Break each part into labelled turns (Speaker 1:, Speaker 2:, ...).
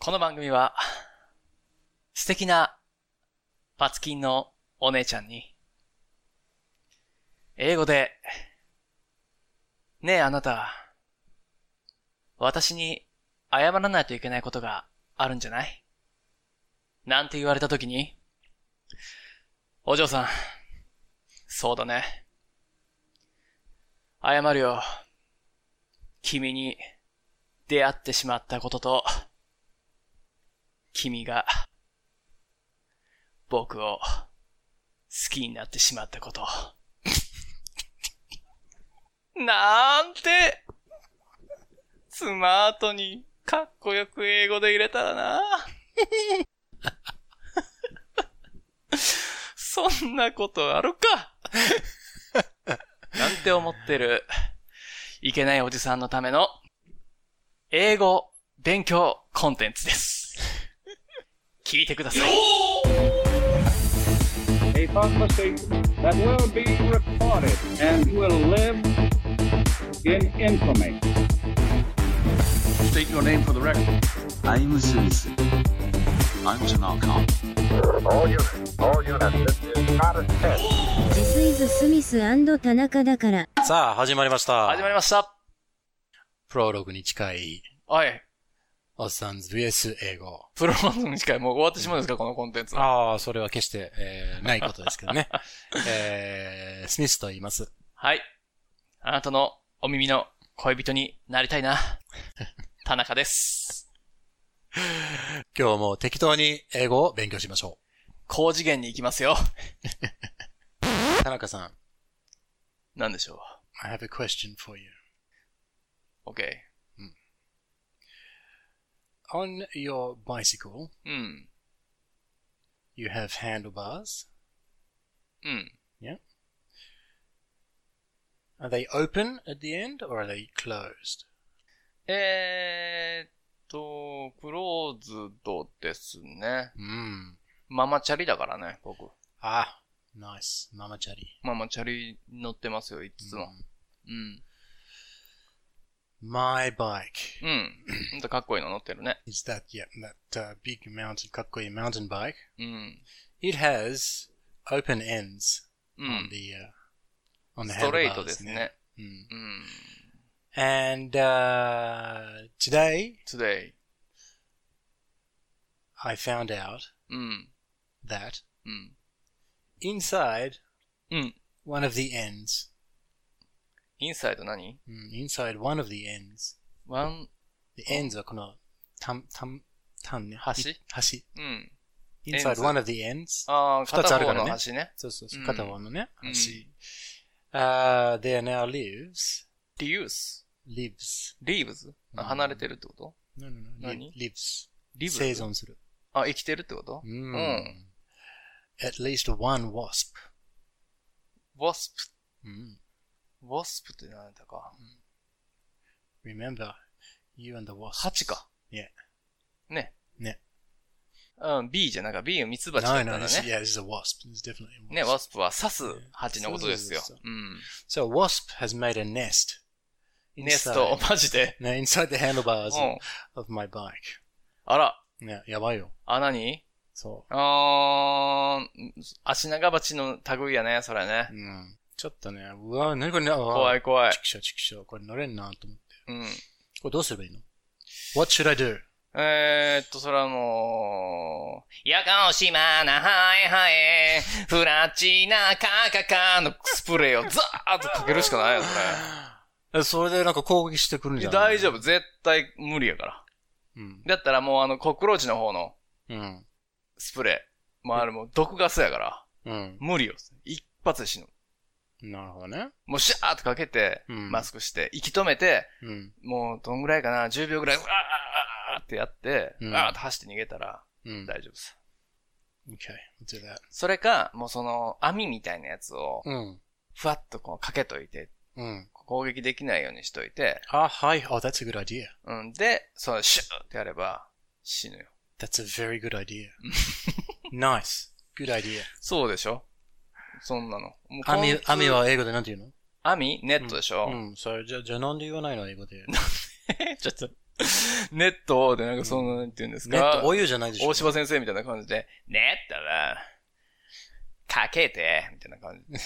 Speaker 1: この番組は、素敵なパツキンのお姉ちゃんに、英語で、ねえあなた、私に謝らないといけないことがあるんじゃないなんて言われたときに、お嬢さん、そうだね。謝るよ。君に出会ってしまったことと、君が、僕を、好きになってしまったこと。 なんて、スマートに、かっこよく英語で入れたらな。 そんなことあるか。 なんて思ってる、いけないおじさんのための、英語勉強コンテンツです。聞いてください。
Speaker 2: a conversation that will be recorded and will live in infamy. State your name for the record.
Speaker 3: I'm Smith. I'm Tanaka.
Speaker 4: All units, all units, this is not a test.
Speaker 5: ジスイズ・スミス田中だから。
Speaker 6: さあ、始まりました。
Speaker 1: 始まりました。
Speaker 6: プロローグに近い、
Speaker 1: はい。
Speaker 6: おっさん VS 英語。
Speaker 1: プロモーションの機会もう終わってしまうんですか、このコンテンツは。
Speaker 6: ああ、それは決して、 えーないことですけどね。えー、スミスと言います。
Speaker 1: はい。あなたのお耳の恋人になりたい な。田中です。
Speaker 6: 今日も適当に英語を勉強しましょ
Speaker 1: 高次元に行きますよ。
Speaker 6: う。田中さん、
Speaker 1: なんでしょ
Speaker 6: I have a question for you.
Speaker 1: う。OK。
Speaker 6: On your bicycle,
Speaker 1: うん。
Speaker 6: you have handlebars.
Speaker 1: うん。
Speaker 6: Are they open at the end or are they closed?
Speaker 1: えーっと、クローズドですね。
Speaker 6: うん。
Speaker 1: ママチャリだからね、僕。
Speaker 6: あ、nice. ママチャリ。
Speaker 1: ママチャリ乗ってますよ、いつも。うん。
Speaker 6: My bike.
Speaker 1: うん。ほんとかっこいいの乗ってるね。
Speaker 6: Is that, yeah, that、uh, big mountain, かっこいい mountain bike?
Speaker 1: うん。
Speaker 6: It has open ends
Speaker 1: う
Speaker 6: on
Speaker 1: ん。
Speaker 6: the uh, on the
Speaker 1: ストレート Hmm.
Speaker 6: handlebars,
Speaker 1: ですね
Speaker 6: yeah.。Mm.
Speaker 1: うん。
Speaker 6: And uh, today
Speaker 1: today.
Speaker 6: I found out
Speaker 1: うん。
Speaker 6: that
Speaker 1: うん。
Speaker 6: inside
Speaker 1: Mm.
Speaker 6: one of the ends,
Speaker 1: インサイド何
Speaker 6: mm, inside one of the ends,
Speaker 1: ワン、
Speaker 6: the
Speaker 1: Oh.
Speaker 6: ends are この、たん、たん、たんね。
Speaker 1: 端？
Speaker 6: 端。
Speaker 1: うん。Hmm. Ends。
Speaker 6: inside
Speaker 1: Oh. Hmm.
Speaker 6: one of the ends.
Speaker 1: ああ、
Speaker 6: 二つあ
Speaker 1: 片
Speaker 6: る
Speaker 1: 方
Speaker 6: からね
Speaker 1: の端ね。
Speaker 6: そうそうそう。
Speaker 1: うん。うん
Speaker 6: 片方のね、端。Uh, there now lives,
Speaker 1: reuse,
Speaker 6: lives,
Speaker 1: leaves? あ
Speaker 6: うん
Speaker 1: 離れてるってこと
Speaker 6: no, no, no,
Speaker 1: 何？
Speaker 6: lives,
Speaker 1: ?leaves?
Speaker 6: 生存する。
Speaker 1: あ、生きてるってこと
Speaker 6: う
Speaker 1: うん
Speaker 6: ん。at least one wasp. Hmm.
Speaker 1: wasp,
Speaker 6: うん。
Speaker 1: wasp って何だか。
Speaker 6: remember, you and the wasp.
Speaker 1: 蜂か。
Speaker 6: Yeah.
Speaker 1: ね。
Speaker 6: ね。
Speaker 1: うん、B じゃなんか B をミツバチだ
Speaker 6: No,
Speaker 1: った
Speaker 6: no,
Speaker 1: ら
Speaker 6: this,
Speaker 1: ね。
Speaker 6: yeah, this is a wasp. This is definitely a wasp.
Speaker 1: ね、wasp は刺す蜂のことですよ
Speaker 6: そう。
Speaker 1: う
Speaker 6: そ
Speaker 1: ん。
Speaker 6: So a wasp has made a nest
Speaker 1: ネス ト、マジで。
Speaker 6: no, inside the
Speaker 1: う
Speaker 6: handlebars
Speaker 1: ん。
Speaker 6: of my bike.
Speaker 1: あら、
Speaker 6: ね、やばいよ。
Speaker 1: あ、何
Speaker 6: そ
Speaker 1: あー、足長鉢の類やね、それね
Speaker 6: う。。うん。ちょっとね、うわ、なにこれね、怖
Speaker 1: 怖い。怖い
Speaker 6: ち。くしょうちくしょう。これ乗れんなと思って。
Speaker 1: うん。
Speaker 6: これどうすればいいの ?What should I do?
Speaker 1: えーっと、それはもう、やかおしまなハエハエ、フラチナカカカのスプレーをザーッとかけるしかないよ、そ
Speaker 6: えそれでなんか攻撃してくるんじ
Speaker 1: れ。
Speaker 6: ゃない
Speaker 1: 大丈夫、絶対無理やから。
Speaker 6: うん。
Speaker 1: だったらもうあの、コクローチの方の
Speaker 6: うん。
Speaker 1: スプレー、もうあれもう毒ガスやから、
Speaker 6: うん。
Speaker 1: 無理よ。一発で死ぬ。
Speaker 6: なるほどね。
Speaker 1: もうシャーッとかけて、
Speaker 6: うん
Speaker 1: マスクして、息止めて、
Speaker 6: うん。
Speaker 1: もうどんぐらいかな、10秒ぐらい、うわーってやって、う
Speaker 6: うん
Speaker 1: わーって走って逃げたら
Speaker 6: うん。
Speaker 1: 大丈夫です。
Speaker 6: Okay, we'll do that.
Speaker 1: それか、もうその、網みたいなやつを、
Speaker 6: うん。
Speaker 1: ふわっとこうかけといて、
Speaker 6: うん。
Speaker 1: 攻撃できないようにしといて、
Speaker 6: あ、はい。Oh, that's a good idea.
Speaker 1: うん、で、そのシューってやれば死ぬよ。
Speaker 6: That's a very good idea. nice. Good idea.
Speaker 1: そうでしょそんなの。もう
Speaker 6: 網
Speaker 1: こん、
Speaker 6: 網。は英語でなんて言うの
Speaker 1: 網ネットでしょ、
Speaker 6: うん。それじゃ、じゃあなんで言わないの英語で。
Speaker 1: ちょっと。ネットでなんかその、なんて言うんですか。
Speaker 6: ネットお湯じゃないでしょ。
Speaker 1: 大 島先生みたいな感じで、ネットは、かけて、みたいな感じで、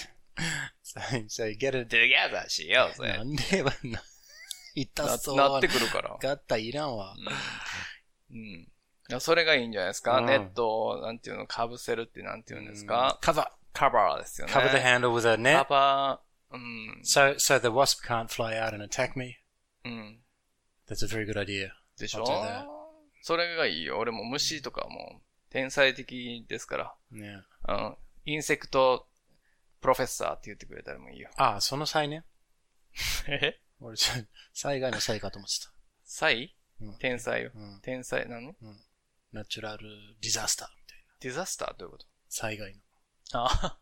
Speaker 6: So you get it.
Speaker 1: トゥギャザーしようぜ
Speaker 6: な。んでば な、痛
Speaker 1: な
Speaker 6: そう。
Speaker 1: なってくるから。
Speaker 6: ガッタいらんわ。
Speaker 1: うん。うんいやそれがいいんじゃないですか。
Speaker 6: うん
Speaker 1: ネットを、なんていうの、かぶせるってなんていうんですか。
Speaker 6: Cover.
Speaker 1: カバーですよね。
Speaker 6: Cover the handle with a
Speaker 1: カ
Speaker 6: net.
Speaker 1: バー、うん。
Speaker 6: So, so the wasp can't fly out and attack me.
Speaker 1: うん。
Speaker 6: That's a very good idea.
Speaker 1: でし
Speaker 6: I'll
Speaker 1: ょ
Speaker 6: do that.
Speaker 1: それがいいよ。俺も虫とかも、天才的ですから。
Speaker 6: Yeah.
Speaker 1: うん。インセクト、プロフェッサーって言ってくれたらもういいよ。
Speaker 6: ああ、その際ね。
Speaker 1: え
Speaker 6: 俺、ち ょ災害の際かと思ってた。
Speaker 1: 才
Speaker 6: うん
Speaker 1: 天才よ。
Speaker 6: うん。
Speaker 1: 天才、何
Speaker 6: ナチュラルディザスターみたいな。
Speaker 1: ディザスターどういうこと
Speaker 6: 災害の。
Speaker 1: ああ。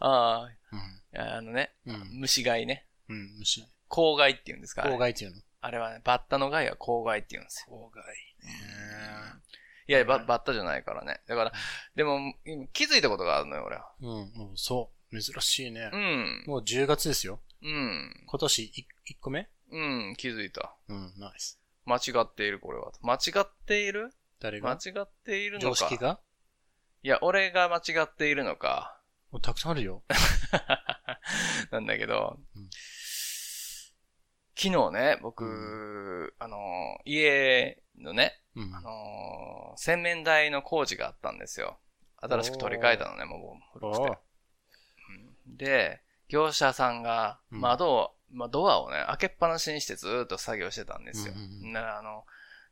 Speaker 1: あ
Speaker 6: うん。
Speaker 1: あ、あのね、
Speaker 6: うん。
Speaker 1: 虫害ね。
Speaker 6: うん、虫。
Speaker 1: 公害って言うんですかあれ
Speaker 6: 公害っていうの
Speaker 1: あれはね、バッタの害は公害って言うんですよ。
Speaker 6: 公害。
Speaker 1: いや、ババッタじゃないからね。だから、でも、今気づいたことがあるのよ、俺は。
Speaker 6: うん、もうそう。珍しいね
Speaker 1: う。ん。
Speaker 6: もう10月ですよ。
Speaker 1: うん。
Speaker 6: 今年い1個目
Speaker 1: うん、気づいた。
Speaker 6: うん、ナイス。
Speaker 1: 間違っている、これは。間違っている
Speaker 6: 誰
Speaker 1: 間
Speaker 6: が
Speaker 1: 違っているの
Speaker 6: 常
Speaker 1: か。
Speaker 6: 識が
Speaker 1: いや、俺が間違っているのか。
Speaker 6: もうたくさんあるよ。
Speaker 1: なんだけど、
Speaker 6: うん
Speaker 1: 昨日ね、僕、
Speaker 6: う
Speaker 1: あの、家のね、
Speaker 6: うん
Speaker 1: あ。のー洗面台の工事があったんですよ。新しく取り替えたのね、もう、古く
Speaker 6: お
Speaker 1: て
Speaker 6: ー。
Speaker 1: で、業者さんが
Speaker 6: うん
Speaker 1: 窓を、まあ、ドアをね、開けっぱなしにしてずーっと作業してたんですよ。
Speaker 6: うんうんうん
Speaker 1: なら、あの、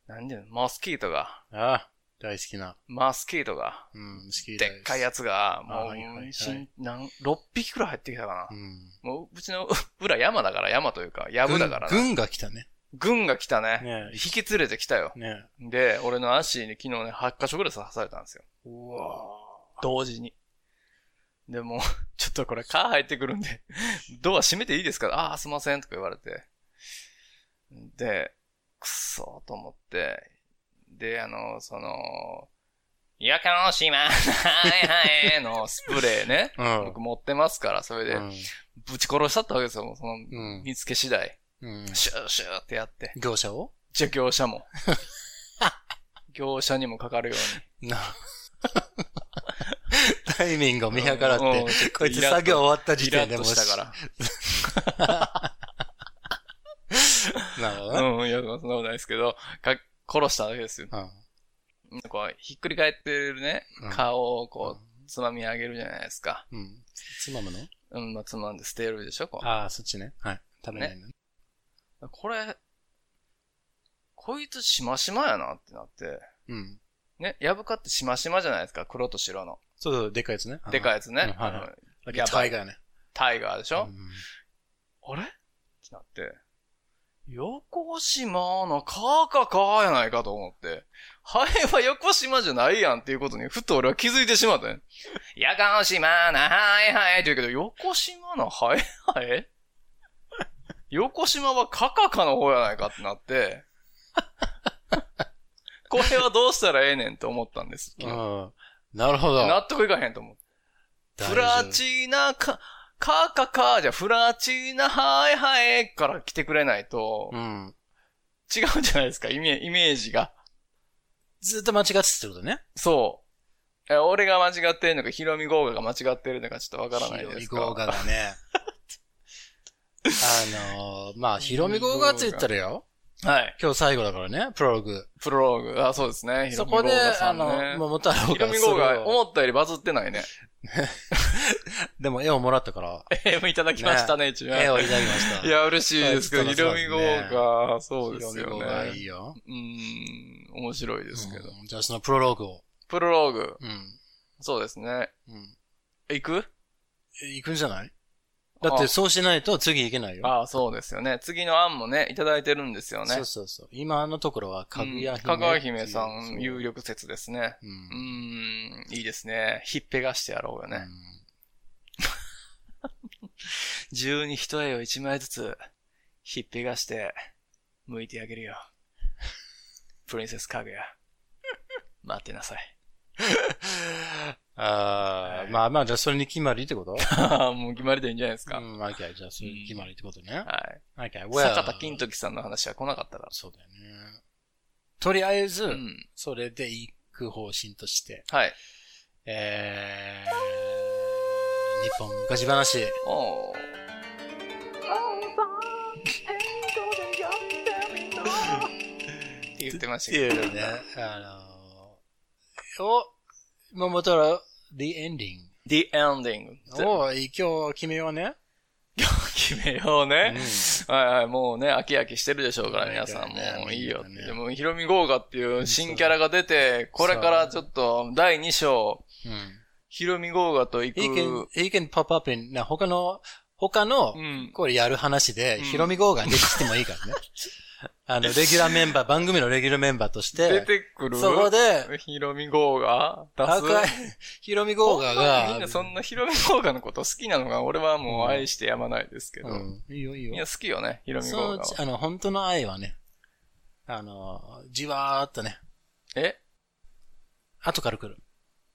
Speaker 1: なんていうの、モスキートが、
Speaker 6: ああ、大好きな。
Speaker 1: マスキートが、
Speaker 6: うん、好き
Speaker 1: でっかいや
Speaker 6: つ。
Speaker 1: つが、も
Speaker 6: あはいはいは
Speaker 1: う、
Speaker 6: い
Speaker 1: しんなん6匹くらい入ってきたか
Speaker 6: う
Speaker 1: な。
Speaker 6: ん。
Speaker 1: もう、うちの裏山だから、山というか、やぶだからな、
Speaker 6: 軍軍が来たね。
Speaker 1: 軍が来たね。
Speaker 6: ねえ
Speaker 1: 引き連れてきたよ。
Speaker 6: ね
Speaker 1: で、俺の足に昨日ね、8箇所ぐらい刺されたんですよ。
Speaker 6: うわ
Speaker 1: 同時に。でも、 ちょっとこれ、カー入ってくるんで、 ドア閉めていいですかああー、すいません、とか言われて。で、くそーと思って、で、あの、その、夜間をしまない はいのスプレーね。
Speaker 6: うん
Speaker 1: 僕持ってますから、それで、ぶち殺しちゃったわけですよ、もうその、
Speaker 6: うん。
Speaker 1: 見つけ次第。
Speaker 6: うん。
Speaker 1: シューシューってやって。
Speaker 6: 業者を
Speaker 1: じゃ、業者も。 業者にもかかるように。
Speaker 6: なタイミングを見計らっ
Speaker 1: うんうん
Speaker 6: て、こいつ作業終わった時
Speaker 1: イラッ
Speaker 6: 点で
Speaker 1: と
Speaker 6: もう
Speaker 1: したから。
Speaker 6: なるほどね。
Speaker 1: うん、いや、そんなことないですけど、か、殺したわけですよ。
Speaker 6: うん。
Speaker 1: こう、ひっくり返ってるね
Speaker 6: うん、
Speaker 1: 顔をこう、つまみ上げるじゃないですか。
Speaker 6: うん。つまむの
Speaker 1: うん、まあ、つまんで捨てるでしょ、こ
Speaker 6: ああ、そっちね。はい。食べないのね。
Speaker 1: う。これ、こいつしましまやなってなって。
Speaker 6: うん。
Speaker 1: ね、やぶかってしましまじゃないですか、黒と白の。
Speaker 6: そうそう、でかいやつね。
Speaker 1: でかい
Speaker 6: い。
Speaker 1: やつね。
Speaker 6: うんはいはい
Speaker 1: あの
Speaker 6: なん
Speaker 1: や
Speaker 6: か
Speaker 1: ばい
Speaker 6: タイガーね。
Speaker 1: タイガーでしょ、
Speaker 6: うん
Speaker 1: あれってなって。横島のカーかカーやないかと思って。ハエは横島じゃないやんっていうことに、ふと俺は気づいてしまったね。やかん島なハエハエって言うけど、横島のハエハエ 横島はカカカの方やないかってなって、これはどうしたらええねんと思ったんです。昨日
Speaker 6: うん。なるほど。
Speaker 1: 納得いかへんと思って。
Speaker 6: 大丈夫
Speaker 1: フラチーナか、かかかじゃ、フラチーナハエハエから来てくれないと
Speaker 6: う、ん。
Speaker 1: 違うんじゃないですか、イメイメージが。
Speaker 6: ずっと間違ってたってことね。
Speaker 1: そう。え俺が間違ってるのか、ヒロミゴーガが間違ってるのかちょっとわからないです
Speaker 6: ヒ
Speaker 1: か
Speaker 6: ロミゴーガ がね。あのー、まあ、ヒロミゴーガって言ったらよ。
Speaker 1: はい。
Speaker 6: 今日最後だからね、プロローグ。
Speaker 1: プロローグ。あ、そうですね。ヒロ
Speaker 6: そ
Speaker 1: ミゴ
Speaker 6: こ
Speaker 1: ー
Speaker 6: で、
Speaker 1: ガさ
Speaker 6: あ
Speaker 1: ん、ね、
Speaker 6: の、桃太郎
Speaker 1: ヒロ
Speaker 6: が
Speaker 1: ミゴー
Speaker 6: それ
Speaker 1: ガ、
Speaker 6: を
Speaker 1: 思ったよりバズって ないね。
Speaker 6: でも絵をもらったから、
Speaker 1: えー、いただきましたね、一応。
Speaker 6: 絵をいただきました。
Speaker 1: い、や、嬉しいですけど、
Speaker 6: はい
Speaker 1: ヒ
Speaker 6: ちょ
Speaker 1: ロ
Speaker 6: っと
Speaker 1: ミ
Speaker 6: ね
Speaker 1: ゴーガ、そう
Speaker 6: ヒ
Speaker 1: で
Speaker 6: ロ
Speaker 1: す
Speaker 6: ミ
Speaker 1: よ
Speaker 6: ゴーガい
Speaker 1: ね。
Speaker 6: いよ。
Speaker 1: うーん、面白いですけど。
Speaker 6: うんじゃあそのプロローグを。
Speaker 1: プロローグ。
Speaker 6: うん。
Speaker 1: そうですね。
Speaker 6: うん。
Speaker 1: 行く
Speaker 6: え行くんじゃないだってそうしないと次行けないよ。
Speaker 1: ああ、そうですよね。次の案もね、いただいてるんですよね。
Speaker 6: そうそうそう。今のところは、かぐや
Speaker 1: うん
Speaker 6: 姫。
Speaker 1: かぐや姫さん、有
Speaker 6: う。
Speaker 1: 力説ですね。
Speaker 6: う
Speaker 1: うー
Speaker 6: ん。
Speaker 1: ん、いいですね。ひっぺがしてやろうよね。十に一重を一枚ずつ、ひっぺがして、剥いてあげるよ。プリンセスかぐや。待ってなさい。
Speaker 6: ああ、まあまあ、じゃあそれに決まりっ てこと
Speaker 1: もう決まりでいいんじゃないですか。
Speaker 6: うん、OK。じゃあそれに決まりってことね。
Speaker 1: はい。
Speaker 6: OK。Well.
Speaker 1: 坂田金時さんの話は来なかったら。
Speaker 6: そうだよね。とりあえず、
Speaker 1: うん。
Speaker 6: それで行く方針として、
Speaker 1: はい。
Speaker 6: えー、日本昔話、
Speaker 1: おー。って言ってましたけど。
Speaker 6: ね、あのー、を、桃太郎、The Ending
Speaker 1: The ending.
Speaker 6: を、今日君はね、
Speaker 1: 決めようね。はいはい、もうね、飽き飽きしてるでしょうから、
Speaker 6: ね
Speaker 1: 皆さん
Speaker 6: ね
Speaker 1: もういいよっ
Speaker 6: ね
Speaker 1: て。でも、ヒロミ豪華っていう新キャラが出て、これからちょっと、第2章、ヒロミ豪華と行
Speaker 6: He can,
Speaker 1: く、
Speaker 6: he can pop up in, な、他の、他の
Speaker 1: う、ん。
Speaker 6: これやる話で、
Speaker 1: うん
Speaker 6: ヒロミ号が出てきてもいい からね。あの、レギュラーメンバー、番組のレギュラーメンバーとして、
Speaker 1: 出てくる
Speaker 6: そこで、
Speaker 1: ヒロミ豪華
Speaker 6: アーカイ
Speaker 1: 出す
Speaker 6: ヒロミ号がが、
Speaker 1: みんなそんなヒロミ豪華のこと好きなのが、俺はもう愛してやまないですけど。
Speaker 6: うん、いいよいいよ
Speaker 1: みん。な好きよね、ヒロミ
Speaker 6: その
Speaker 1: 豪
Speaker 6: う
Speaker 1: 華
Speaker 6: ち、
Speaker 1: は。
Speaker 6: あの、本当の愛はね、あの、じわーっとね、
Speaker 1: え
Speaker 6: 後から来る。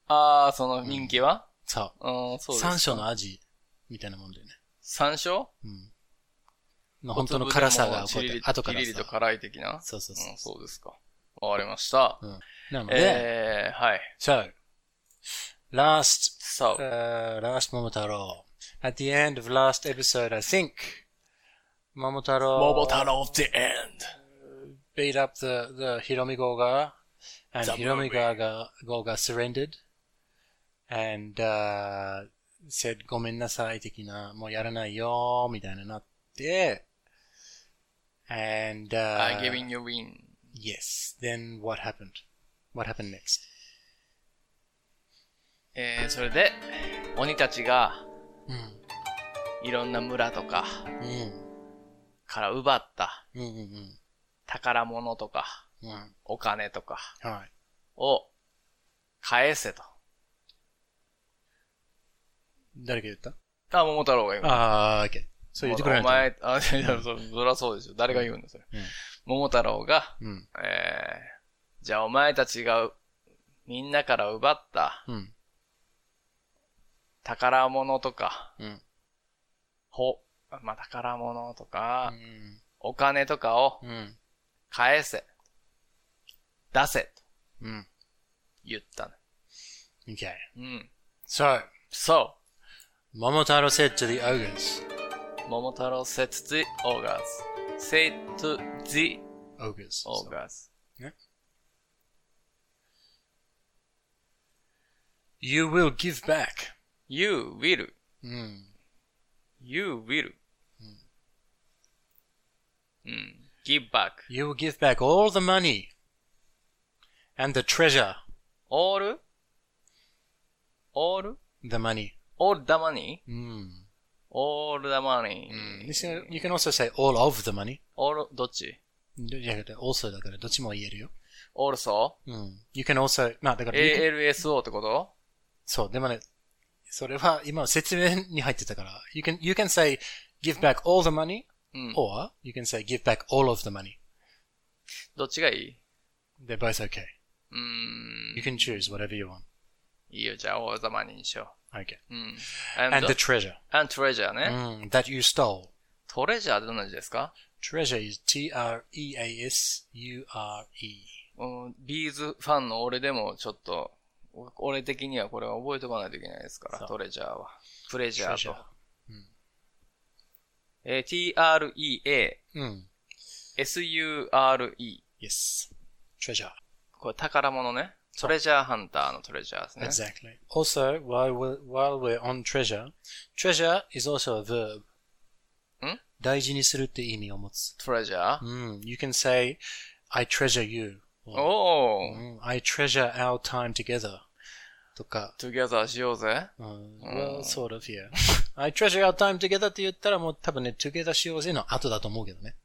Speaker 1: あー、その人気は
Speaker 6: そ
Speaker 1: うん、そう
Speaker 6: う。
Speaker 1: です。
Speaker 6: 三章の味、みたいなもんだよね。
Speaker 1: 山椒
Speaker 6: うん。の本当の辛さが起
Speaker 1: チ
Speaker 6: こっ
Speaker 1: リ
Speaker 6: て
Speaker 1: リ、
Speaker 6: 後か
Speaker 1: チ
Speaker 6: ら
Speaker 1: リリと
Speaker 6: さ。
Speaker 1: 辛い的な。
Speaker 6: そうそうそう
Speaker 1: うん、そうですか。わかりました。
Speaker 6: なので、
Speaker 1: えー、はい。
Speaker 6: so, last,
Speaker 1: So,
Speaker 6: uh, last Momotaro. At the end of last episode, I think, Momotaro
Speaker 1: モボタロー the end.
Speaker 6: beat up the, the Hiromi Goga, and
Speaker 1: The
Speaker 6: Hiromi
Speaker 1: movie.
Speaker 6: Goga, Goga surrendered, and uh, said ごめんなさい的な、もうやらないよみたいななって、and uh,
Speaker 1: I giving you win.
Speaker 6: yes, then what happened? What happened next?
Speaker 1: えー、それで、鬼たちが
Speaker 6: うん。
Speaker 1: いろんな村とかから奪った
Speaker 6: うん。うん。うん。
Speaker 1: 宝物とか
Speaker 6: うん。
Speaker 1: お金とか
Speaker 6: はい。
Speaker 1: を返せと。
Speaker 6: 誰が言った
Speaker 1: あ、桃太郎が言う。
Speaker 6: ああ、OK。そう言ってくれない
Speaker 1: お
Speaker 6: と。
Speaker 1: 前、あ、いや、そそりゃそうですよ。誰が言うんだ、それ。
Speaker 6: うん
Speaker 1: 桃太郎が、
Speaker 6: うん。
Speaker 1: えー、じゃあお前たちがみんなから奪った
Speaker 6: うん。
Speaker 1: 宝物とか、
Speaker 6: うん。
Speaker 1: ほ、まあ、宝物とか、
Speaker 6: うん
Speaker 1: お金とかを
Speaker 6: うん。
Speaker 1: 返せ、出せ、と
Speaker 6: うん。
Speaker 1: 言ったね。
Speaker 6: OK。
Speaker 1: うん。
Speaker 6: So,
Speaker 1: そ
Speaker 6: Momotaro said to the ogres,
Speaker 1: う。桃太郎 said to the ogres. Say to the
Speaker 6: ogres.
Speaker 1: ogres.
Speaker 6: You will give back.
Speaker 1: You will,
Speaker 6: うん。
Speaker 1: you will. うん。give back.
Speaker 6: You will give back all the money and the treasure,
Speaker 1: all, all,
Speaker 6: the money.
Speaker 1: all the money,
Speaker 6: うん。
Speaker 1: all the money.
Speaker 6: You can- you can also say all of the money.
Speaker 1: all, どっち
Speaker 6: じゃなくて also だからどっちも言えるよ。
Speaker 1: ?also?
Speaker 6: うん。You can also, まあだから、you can-
Speaker 1: ALSO ってこと
Speaker 6: そう、でもね、それは今説明に入ってたから、you can, you can say give back all the money
Speaker 1: うん。
Speaker 6: or you can say give back all of the money.
Speaker 1: どっちがいい
Speaker 6: They're both okay.
Speaker 1: うーん
Speaker 6: You。can choose whatever you want.
Speaker 1: いいよ、じゃあ、all the money にしよ
Speaker 6: Okay.
Speaker 1: う。うん。and, Eh?
Speaker 6: And the treasure
Speaker 1: and treasure ね。
Speaker 6: うん that you stole.
Speaker 1: トレジャーってどんな字ですか
Speaker 6: Treasure is T R E A S U R E.
Speaker 1: うん、ビーズファンの俺でもちょっと、お俺的にはこれは覚えておかないといけないですから、
Speaker 6: そう
Speaker 1: トレジャーは。プレジャー
Speaker 6: Treasure
Speaker 1: と。えー
Speaker 6: うん。
Speaker 1: TREA、SURE。
Speaker 6: Mm, Yes. Treasure.
Speaker 1: これ宝物ね。トレジャーハンターのトレジャーですね。
Speaker 6: Exactly. Also, while we're, while we're on treasure, treasure is also a verb.
Speaker 1: ん
Speaker 6: 大事にするって意味を持つ。
Speaker 1: トレジャー
Speaker 6: うん。You can say, I treasure you.
Speaker 1: Oh.
Speaker 6: or
Speaker 1: お
Speaker 6: う
Speaker 1: ー、
Speaker 6: ん I treasure our time together. とか。
Speaker 1: トゥギャザーしようぜ。
Speaker 6: うん、well, sort of, yeah. I treasure our time together って言ったらもう多分ね、together しようぜの後だと思うけどね。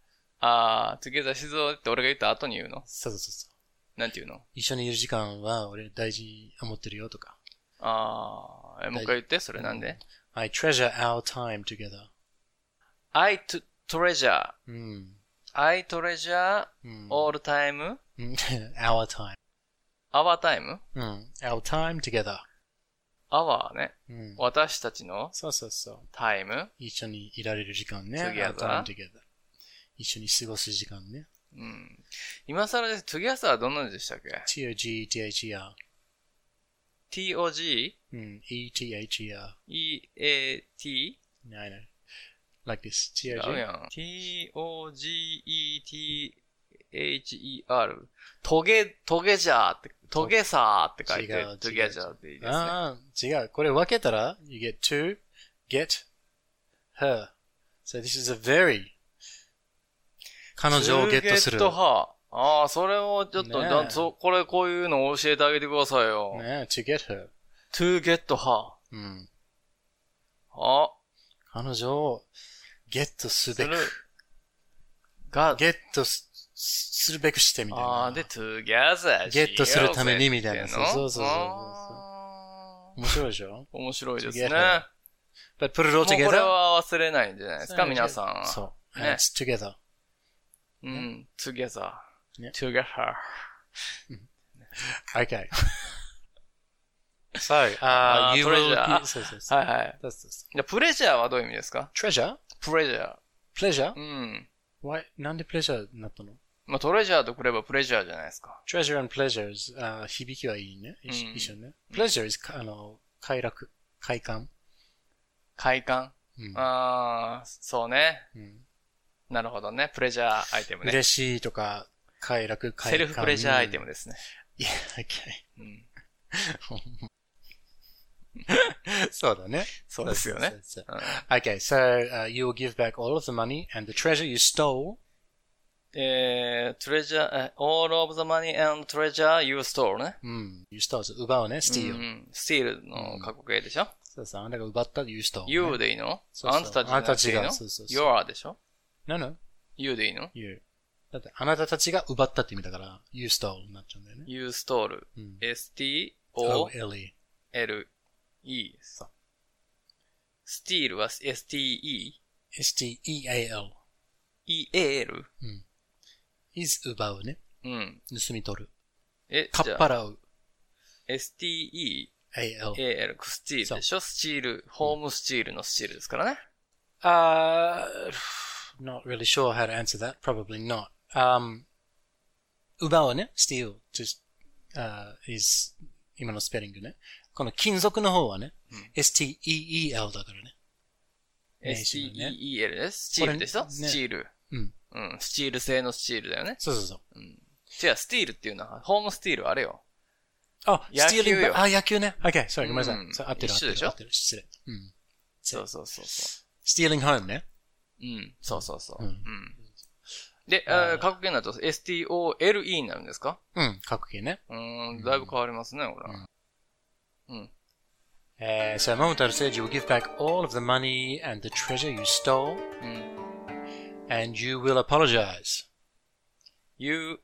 Speaker 1: あー、トゥギャザーしようぜって俺が言った後に言うの
Speaker 6: そうそうそうそう。
Speaker 1: なんて言うの
Speaker 6: 一緒にいる時間は俺大事に思ってるよとか。
Speaker 1: あー、えもう一回言って、それなんで
Speaker 6: I treasure our time together.
Speaker 1: ?I to treasure,
Speaker 6: うん。
Speaker 1: I treasure
Speaker 6: うん
Speaker 1: all time,
Speaker 6: うん hmm. our time.
Speaker 1: our time,
Speaker 6: うん。our time together.
Speaker 1: our ね。
Speaker 6: うん。
Speaker 1: 私たちの
Speaker 6: そうそうそう。
Speaker 1: タイム。
Speaker 6: 一緒にいられる時間ね。
Speaker 1: Together.
Speaker 6: Our time together 一緒に過ごす時間ね。
Speaker 1: うん。今更です。トゥギャサーはどんなのでしたっけ
Speaker 6: tog, ther,
Speaker 1: ?tog,
Speaker 6: うん、ether,
Speaker 1: eat,
Speaker 6: I know. Like this,
Speaker 1: 違
Speaker 6: tog.
Speaker 1: うやん。t-o-g-e-t-h-e-r。トゲ、トゲジャーって、トゲサーって書いて
Speaker 6: 違う、
Speaker 1: ト
Speaker 6: 違う
Speaker 1: ゲジャーっていいですね。
Speaker 6: ああ、違う。これ分けたら、you get to, get, her. So this is a very. 彼女をゲットする。
Speaker 1: ゲットハー。ああ、それをちょっと、
Speaker 6: ねえ
Speaker 1: だそこれこういうのを教えてあげてくださいよ。
Speaker 6: ね、to get her.
Speaker 1: to get her.
Speaker 6: うん。
Speaker 1: あ、
Speaker 6: 彼女をゲットす
Speaker 1: す
Speaker 6: べ
Speaker 1: る
Speaker 6: く。。
Speaker 1: が、
Speaker 6: ゲットすするべくしてみたいな。
Speaker 1: ああ、で、together
Speaker 6: ゲットするためにみたいな
Speaker 1: しよぜっての
Speaker 6: そうそうそうそうそう
Speaker 1: あー
Speaker 6: 面白いでしょ
Speaker 1: 面白いですね。
Speaker 6: together
Speaker 1: も
Speaker 6: ?But put it all
Speaker 1: うこ
Speaker 6: together.
Speaker 1: れは忘れないんじゃないですか、皆さんは。
Speaker 6: そう。
Speaker 1: ね
Speaker 6: And It's together.
Speaker 1: うん、together.
Speaker 6: ね
Speaker 1: together.
Speaker 6: Okay. so, uh,
Speaker 1: あー
Speaker 6: you
Speaker 1: トレジ
Speaker 6: will...
Speaker 1: ャー
Speaker 6: you- そうそうそう。
Speaker 1: はいはい。
Speaker 6: That's this.
Speaker 1: じゃあ、プレジャーはどういう意味ですか
Speaker 6: Treasure?
Speaker 1: プレジャー。
Speaker 6: Pleasure?
Speaker 1: うん。
Speaker 6: Why? なんで pleasure になったの
Speaker 1: まあ、トレジャーとくればプレジャーじゃないですか。
Speaker 6: ?treasure and pleasures, あー響きはいいね。一緒
Speaker 1: うん
Speaker 6: 一緒ね。pleasure is, あの、快楽、快感。
Speaker 1: 快感。
Speaker 6: うん
Speaker 1: ああ、そうね。
Speaker 6: うん
Speaker 1: なるほどね。プレジャーアイテムね。
Speaker 6: 嬉しいとか、快楽、快
Speaker 1: セ
Speaker 6: 感。
Speaker 1: ルフプレジャーアイテム。ですね。
Speaker 6: Yeah, okay.
Speaker 1: うん。
Speaker 6: そうだね。
Speaker 1: そうですよね。
Speaker 6: そうそうそう
Speaker 1: うん
Speaker 6: Okay, so uh, you will give back all of the money and the treasure you stole.
Speaker 1: えー、treasure, え all of the money and treasure you stole ね。
Speaker 6: うん、you stole そう奪うね、steal、
Speaker 1: うん、steal の過去形でしょ、
Speaker 6: そうそう、あんたが奪った you stole、ね。
Speaker 1: ?you でいいの
Speaker 6: そうそう
Speaker 1: あんたたちじゃなくていいの
Speaker 6: あんたたちがそうそうそう
Speaker 1: ?your でしょ
Speaker 6: No, no,
Speaker 1: ?you でいいの
Speaker 6: you. だって、あなたたちが奪ったって意味だから、you stole になっちゃうんだよね。
Speaker 1: ?you stole.
Speaker 6: うん、o
Speaker 1: s-t-o-l-e。
Speaker 6: l e
Speaker 1: steal は s-t-e-e-a-l。
Speaker 6: S-T-E-A-L is 奪うね。
Speaker 1: うん。
Speaker 6: 盗み取る。
Speaker 1: え、
Speaker 6: か
Speaker 1: じゃ
Speaker 6: っ
Speaker 1: あ
Speaker 6: ぱらう。
Speaker 1: STEAL、
Speaker 6: A-L。
Speaker 1: スチールでしょスチール、ホームスチールのスチールですからね。
Speaker 6: Uh, not really sure how to answer that. Probably not. Um, 奪うね、steal, just, uh, is, 今のスペリングね。この金属の方はね、s-t-e-e-l だからね。ネイシブね
Speaker 1: STEEL です。スチールでしょ
Speaker 6: これね
Speaker 1: スチール。
Speaker 6: うん。
Speaker 1: うん、スチール製のスチールだよね。
Speaker 6: そうそうそう。
Speaker 1: 違う、スティールっていうのは、ホームスティールはあれよ。
Speaker 6: あ、
Speaker 1: 野球
Speaker 6: Oh, stealing
Speaker 1: よ
Speaker 6: back- あ、野球ね。Okay, sorry, ごめんなさ
Speaker 1: う
Speaker 6: い。
Speaker 1: ん
Speaker 6: そう合ってる合っ
Speaker 1: 一緒
Speaker 6: て
Speaker 1: でし
Speaker 6: る
Speaker 1: ょ
Speaker 6: 合ってる。失礼。うん。
Speaker 1: そうそうそうそ
Speaker 6: Hmm. stealing home ね。
Speaker 1: う。うん、そうそうそう。
Speaker 6: う
Speaker 1: うんん。で、あー過去形になると STOLE になるんですか
Speaker 6: うん、格言ね。
Speaker 1: うーん、だいぶ変わりますね、ほら。うん。
Speaker 6: えー、so Uh, Momotaro said you will give back all of the money and the treasure you stole
Speaker 1: うん。
Speaker 6: and you will apologize.
Speaker 1: You,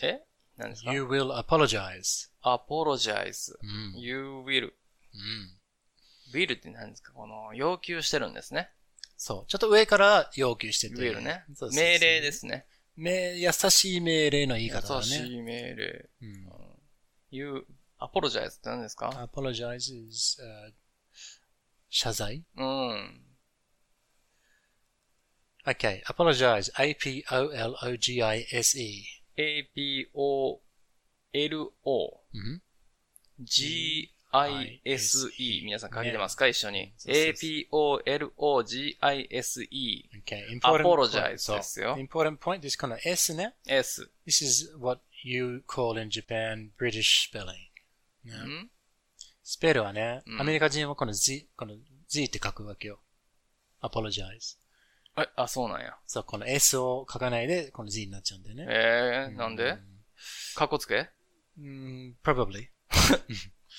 Speaker 1: え何ですか
Speaker 6: You will apologize. Hmm,
Speaker 1: apologize.
Speaker 6: うん。
Speaker 1: You will.
Speaker 6: うん。
Speaker 1: will って何ですかこの、要求してるんですね。
Speaker 6: そう。ちょっと上から要求してて。
Speaker 1: will ね
Speaker 6: そう。そうそう
Speaker 1: 命令ですね。
Speaker 6: め、優しい命令の言い
Speaker 1: 優
Speaker 6: 方だね。
Speaker 1: しい命令。
Speaker 6: うん。
Speaker 1: You, apologize って何ですか
Speaker 6: apologize is, uh, 謝罪
Speaker 1: うん。
Speaker 6: ?Okay. apologize. A-P-O-L-O-G-I-S-E.
Speaker 1: APOLO
Speaker 6: うん。
Speaker 1: GISE 皆さん書いてますか一緒に。
Speaker 6: そうそうそ
Speaker 1: APOLOGISE
Speaker 6: Okay.
Speaker 1: Apologize
Speaker 6: そう
Speaker 1: ですよ
Speaker 6: important point is この S ね。
Speaker 1: S
Speaker 6: This is what you call in Japan British spelling. ね
Speaker 1: ん
Speaker 6: スペルはね、
Speaker 1: うん
Speaker 6: アメリカ人はこの Z、この Z って書くわけよ。apologize.
Speaker 1: えあ、そうなんや。
Speaker 6: そう、この S を書かないで、この Z になっちゃうんだよね。
Speaker 1: えー、なんでかっこつけ
Speaker 6: うん、probably.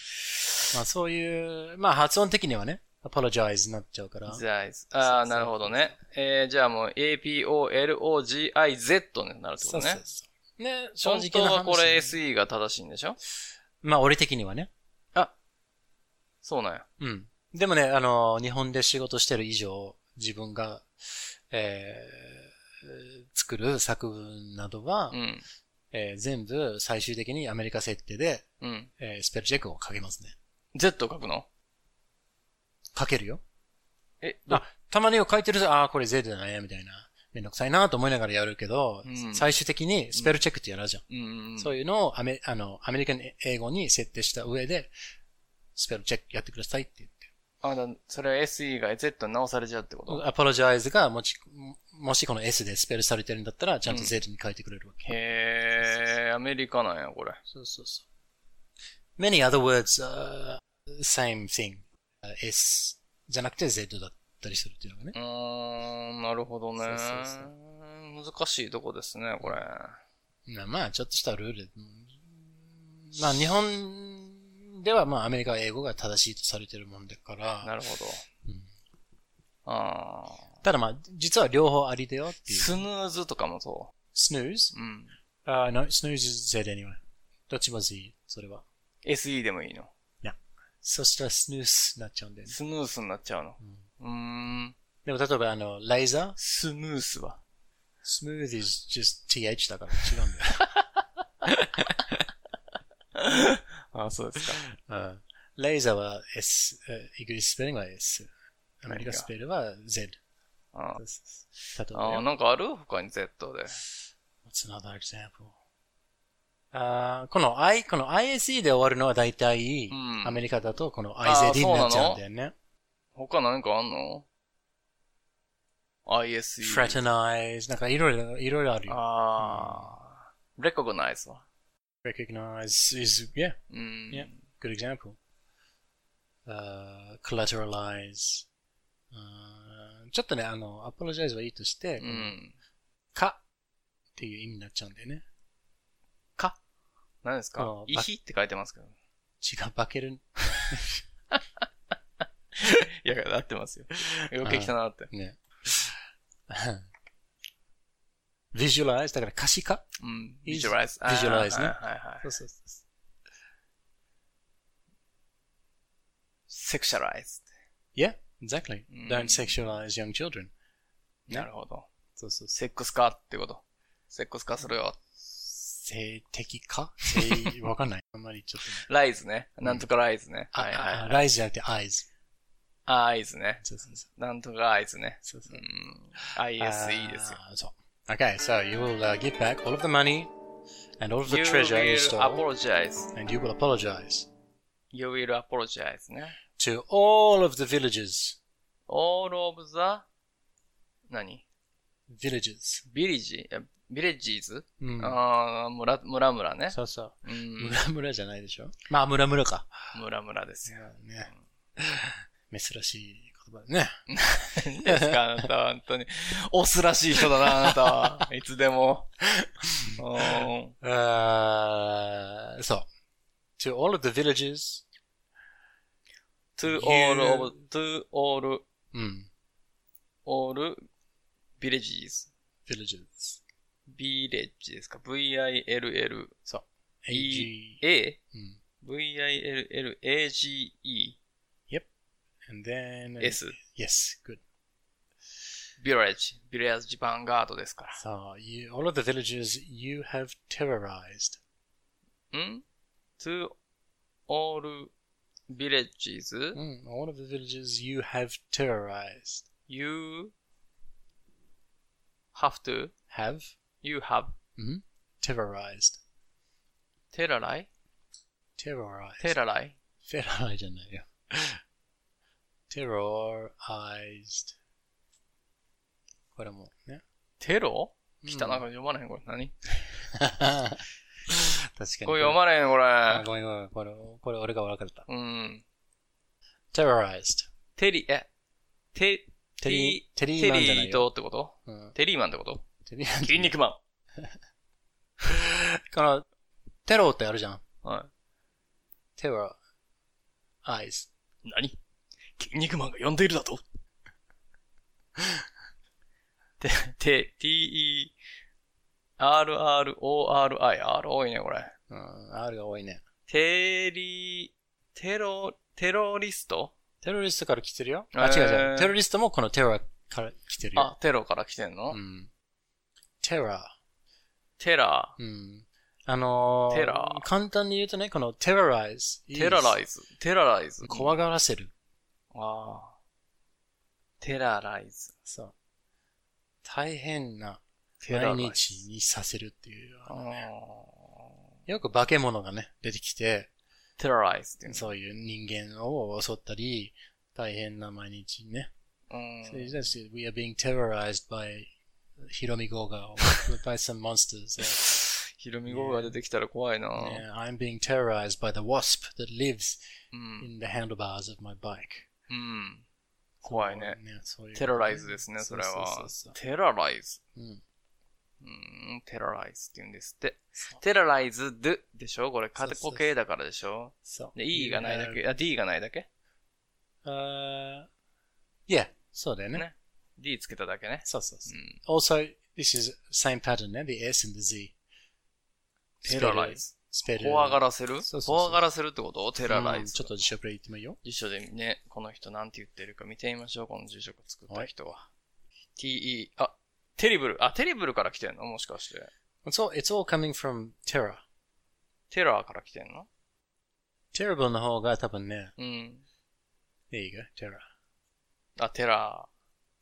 Speaker 6: まあそういう、まあ発音的にはね、apologize になっちゃうから。
Speaker 1: ?Zize。
Speaker 6: そう
Speaker 1: あー、
Speaker 6: そう
Speaker 1: なるほどね。えー、じゃあもう APOLOGIZ になるってこ
Speaker 6: そ
Speaker 1: と
Speaker 6: うそう
Speaker 1: ね。
Speaker 6: そう。ね、正直
Speaker 1: 本当
Speaker 6: な話
Speaker 1: はこれ SE が正しいんでしょ
Speaker 6: まあ俺的にはね。
Speaker 1: そうなんや。
Speaker 6: うん。でもね、あの、日本で仕事してる以上、自分が、えー、作る作文などは、
Speaker 1: うん。
Speaker 6: えー全部最終的にアメリカ設定で、
Speaker 1: うん。
Speaker 6: えースペルチェックをかけますね。
Speaker 1: Z を書くの
Speaker 6: 書けるよ。
Speaker 1: え、ど
Speaker 6: あ、たまには書いてるぞ、ああ、これ Z だね、みたいな。めんどくさいなと思いながらやるけど、
Speaker 1: うん
Speaker 6: 最終的にスペルチェックってやるじゃん。
Speaker 1: うんうんうん。
Speaker 6: そういうのをアメあのアメリカン英語に設定した上で、スペルチェックやってくださいって言って。
Speaker 1: あ、だ、それは SE が Z に直されちゃうってこと、
Speaker 6: apologize がもし、もしこの S でスペルされてるんだったら、ちゃんと
Speaker 1: うん
Speaker 6: Z に書いてくれるわけ。
Speaker 1: へー、アメリカなんや、これ。
Speaker 6: そうそうそう。many other words,、uh, same thing. Uh, S じゃなくて Z だったりするっていうのがね
Speaker 1: う。ーん、なるほどね。
Speaker 6: そうそうそう
Speaker 1: 難しいとこですね、これ。
Speaker 6: まあまあ、ちょっとしたルール。うんまあ、日本ではまあ、アメリカは英語が正しいとされてるもんだから、
Speaker 1: なるほど。
Speaker 6: うん
Speaker 1: あー。
Speaker 6: ただまあ、実は両方ありだよっていう。
Speaker 1: スヌーズとかもそ
Speaker 6: snooze?
Speaker 1: う。うん。
Speaker 6: あ、no, snooze is Z anyway. どっちも Z、それは。
Speaker 1: SE でもいいの。
Speaker 6: そしたら snooze になっちゃうんだよね。
Speaker 1: スヌースになっちゃうの。うーん。
Speaker 6: でも例えばあの、ライザー
Speaker 1: スヌースは。
Speaker 6: smooth is just th だから違うんだよ。
Speaker 1: あ、そうですか。
Speaker 6: うんレイザーは S、えイギリススペリングは S、アメリカスペルは Z。
Speaker 1: あ
Speaker 6: そうそうそう例
Speaker 1: あ
Speaker 6: え
Speaker 1: ー、
Speaker 6: ば、
Speaker 1: なんかある他に Z で。
Speaker 6: what's another example? あーこの I、この ISE で終わるのは大体
Speaker 1: うん、
Speaker 6: アメリカだとこの
Speaker 1: あー
Speaker 6: IZD になっちゃうんだよね。
Speaker 1: 他何かあんの ?ISE。
Speaker 6: fraternize、なんかいろいろ、いろいろあるよ。
Speaker 1: ああ。recognize は。
Speaker 6: recognize is, yeah,
Speaker 1: うん。
Speaker 6: Yeah. good example. あー collateralize. あーちょっとね、あの、apologize はいいとして、
Speaker 1: う
Speaker 6: この
Speaker 1: ん。
Speaker 6: かっていう意味になっちゃうんだよね。
Speaker 1: か。何です
Speaker 6: あ
Speaker 1: か
Speaker 6: ー
Speaker 1: い
Speaker 6: ば
Speaker 1: ひって書いてますけど。
Speaker 6: 違う、化ける。
Speaker 1: いや、合ってますよ。よく来たなって。
Speaker 6: ね。visualize だから可視化
Speaker 1: うん。
Speaker 6: is-
Speaker 1: visualize. あー
Speaker 6: visualize ね
Speaker 1: はいはいはい。
Speaker 6: うそうそうそ
Speaker 1: sexualize.
Speaker 6: Yeah, exactly.
Speaker 1: うん
Speaker 6: Don't sexualize young children. ね
Speaker 1: なるほど。
Speaker 6: そうそうそう。
Speaker 1: セックス化ってこと。セックス化するよ。
Speaker 6: 性的化性、わかんない。あんまりちょっとね。
Speaker 1: ライズね。なんとかライズね。
Speaker 6: あ、
Speaker 1: はいはい
Speaker 6: あ
Speaker 1: はい。
Speaker 6: ライズじゃなくて eyes。
Speaker 1: あ、アイズね。
Speaker 6: そうそうそう。
Speaker 1: なんとかアイズね。
Speaker 6: そうそうう。
Speaker 1: ん。ISE ですよ。
Speaker 6: あーそう。Okay, Ah, so you will、uh, give back all of the money and all of the
Speaker 1: You
Speaker 6: treasure you
Speaker 1: will
Speaker 6: stole
Speaker 1: apologize.
Speaker 6: and you will apologize
Speaker 1: You will apologize ね。
Speaker 6: to all of the villages.
Speaker 1: all of the 何
Speaker 6: villages.
Speaker 1: ビリジビレッジーズ、
Speaker 6: うん
Speaker 1: ああ、村、村々ね。
Speaker 6: そうそう。
Speaker 1: うん。
Speaker 6: 村村じゃないでしょまあ、村村か。
Speaker 1: 村々ですよ。
Speaker 6: ね。 珍しい言葉だね。
Speaker 1: 何ですか、あなたは、本当に。オスらしい人だな、あなた は。いつでも。うん
Speaker 6: あーそう。to all of the villages,
Speaker 1: to all of, to all,
Speaker 6: うん、
Speaker 1: all villages.
Speaker 6: villages,
Speaker 1: village ですか ?v-i-l-l,
Speaker 6: そう。
Speaker 1: E-
Speaker 6: ag,
Speaker 1: a,
Speaker 6: うん、
Speaker 1: v-i-l-l, a-g-e,
Speaker 6: and then,
Speaker 1: s,
Speaker 6: yes, good.
Speaker 1: village, village バンガードですか
Speaker 6: そう、you, all of the villages you have terrorized.
Speaker 1: ら。ん to all villages,
Speaker 6: うん、all Hmm, of the villages you have terrorized.
Speaker 1: you have to,
Speaker 6: Have,
Speaker 1: you have
Speaker 6: うん、terrorized.
Speaker 1: terrorize,
Speaker 6: terrorized.
Speaker 1: terrorize,
Speaker 6: フェ ラーじゃないよ。terrorized. これも ね。
Speaker 1: テロ
Speaker 6: うん
Speaker 1: 汚なんか読まれへん、これ。何
Speaker 6: 確かに。
Speaker 1: これ読まれへん、これ
Speaker 6: あ。ごめんごめん。これ、これ俺が悪かった。
Speaker 1: うん。
Speaker 6: terrorized.
Speaker 1: テリ、え、テ、
Speaker 6: テリー、
Speaker 1: テ
Speaker 6: テリーマンじゃな
Speaker 1: リ
Speaker 6: い
Speaker 1: ー
Speaker 6: よ。
Speaker 1: とってこと
Speaker 6: うん
Speaker 1: テリーマンってこと
Speaker 6: テリーマ ン
Speaker 1: 筋肉マ
Speaker 6: この、テロってあるじゃん。
Speaker 1: ン。は
Speaker 6: terrorize.
Speaker 1: い。何筋肉マンが呼んでいるだとて、て、t, e, r, r, o, r, i. r 多いね、これ。
Speaker 6: うん、R Hmm, が多いね。
Speaker 1: テリ、テロ、テロリスト
Speaker 6: テロリストから来てるよ。
Speaker 1: え
Speaker 6: あ、
Speaker 1: ー
Speaker 6: 違う違う。テロリストもこのテロから来てるよ。
Speaker 1: あ、テロから来てんの
Speaker 6: うん。テラ。
Speaker 1: テラ、
Speaker 6: うん。あのー
Speaker 1: テラー
Speaker 6: 簡単に言うとね、この terrorize.
Speaker 1: テラライズ。テラライズ。
Speaker 6: 怖がらせる。
Speaker 1: ああ。テラライズ。
Speaker 6: そう。大変な
Speaker 1: テラ
Speaker 6: 毎
Speaker 1: ライ
Speaker 6: 日
Speaker 1: ズ。
Speaker 6: にさせるっていう。
Speaker 1: あー
Speaker 6: よく化け物がね、出てきて、
Speaker 1: テラライズっていう
Speaker 6: そういう人間を襲ったり、大変な毎日にね。
Speaker 1: の。うん。
Speaker 6: So it's just, we are being terrorized by Hiromi Goga or by some monsters. or-
Speaker 1: ヒロミ号が出てきたら怖いな。
Speaker 6: Yeah, I'm being terrorized by the wasp that lives
Speaker 1: うん。
Speaker 6: in the handlebars of my bike.
Speaker 1: うん。怖いね。
Speaker 6: そういう
Speaker 1: テラライズですね、それ
Speaker 6: そ
Speaker 1: は
Speaker 6: うそうそう。
Speaker 1: テラライズ。
Speaker 6: そううん
Speaker 1: うん、テラライズって言うんですって。テラライズドでしょこれカテ
Speaker 6: そうそ
Speaker 1: コ
Speaker 6: うそう
Speaker 1: 系だからでしょ
Speaker 6: そう。
Speaker 1: で、E がないだけ、あ、D がないだけ
Speaker 6: あー uh, yeah, そうだよね。
Speaker 1: ね ?D つけただけね。
Speaker 6: そうそう
Speaker 1: う
Speaker 6: そう。
Speaker 1: ん。
Speaker 6: Also, this is same pattern ね。The S and the Z.
Speaker 1: テラライズ。
Speaker 6: スペル。
Speaker 1: 怖がらせる
Speaker 6: そうそうそう
Speaker 1: 怖がらせるってこと
Speaker 6: Hmm,
Speaker 1: テラライ
Speaker 6: うん
Speaker 1: ズ。
Speaker 6: ちょっと辞書プレイ言ってみよ
Speaker 1: 辞書でね、この人なんて言ってるか見てみましょう、この住職を作った人は。TE、あ、テリブル、あ、テリブルから来てんのもしかして。
Speaker 6: う。It's all, it's all coming from terror.
Speaker 1: テラーから来てんの
Speaker 6: terrible の方が多分ね。
Speaker 1: うん。
Speaker 6: There you go, terror.
Speaker 1: あ、テラ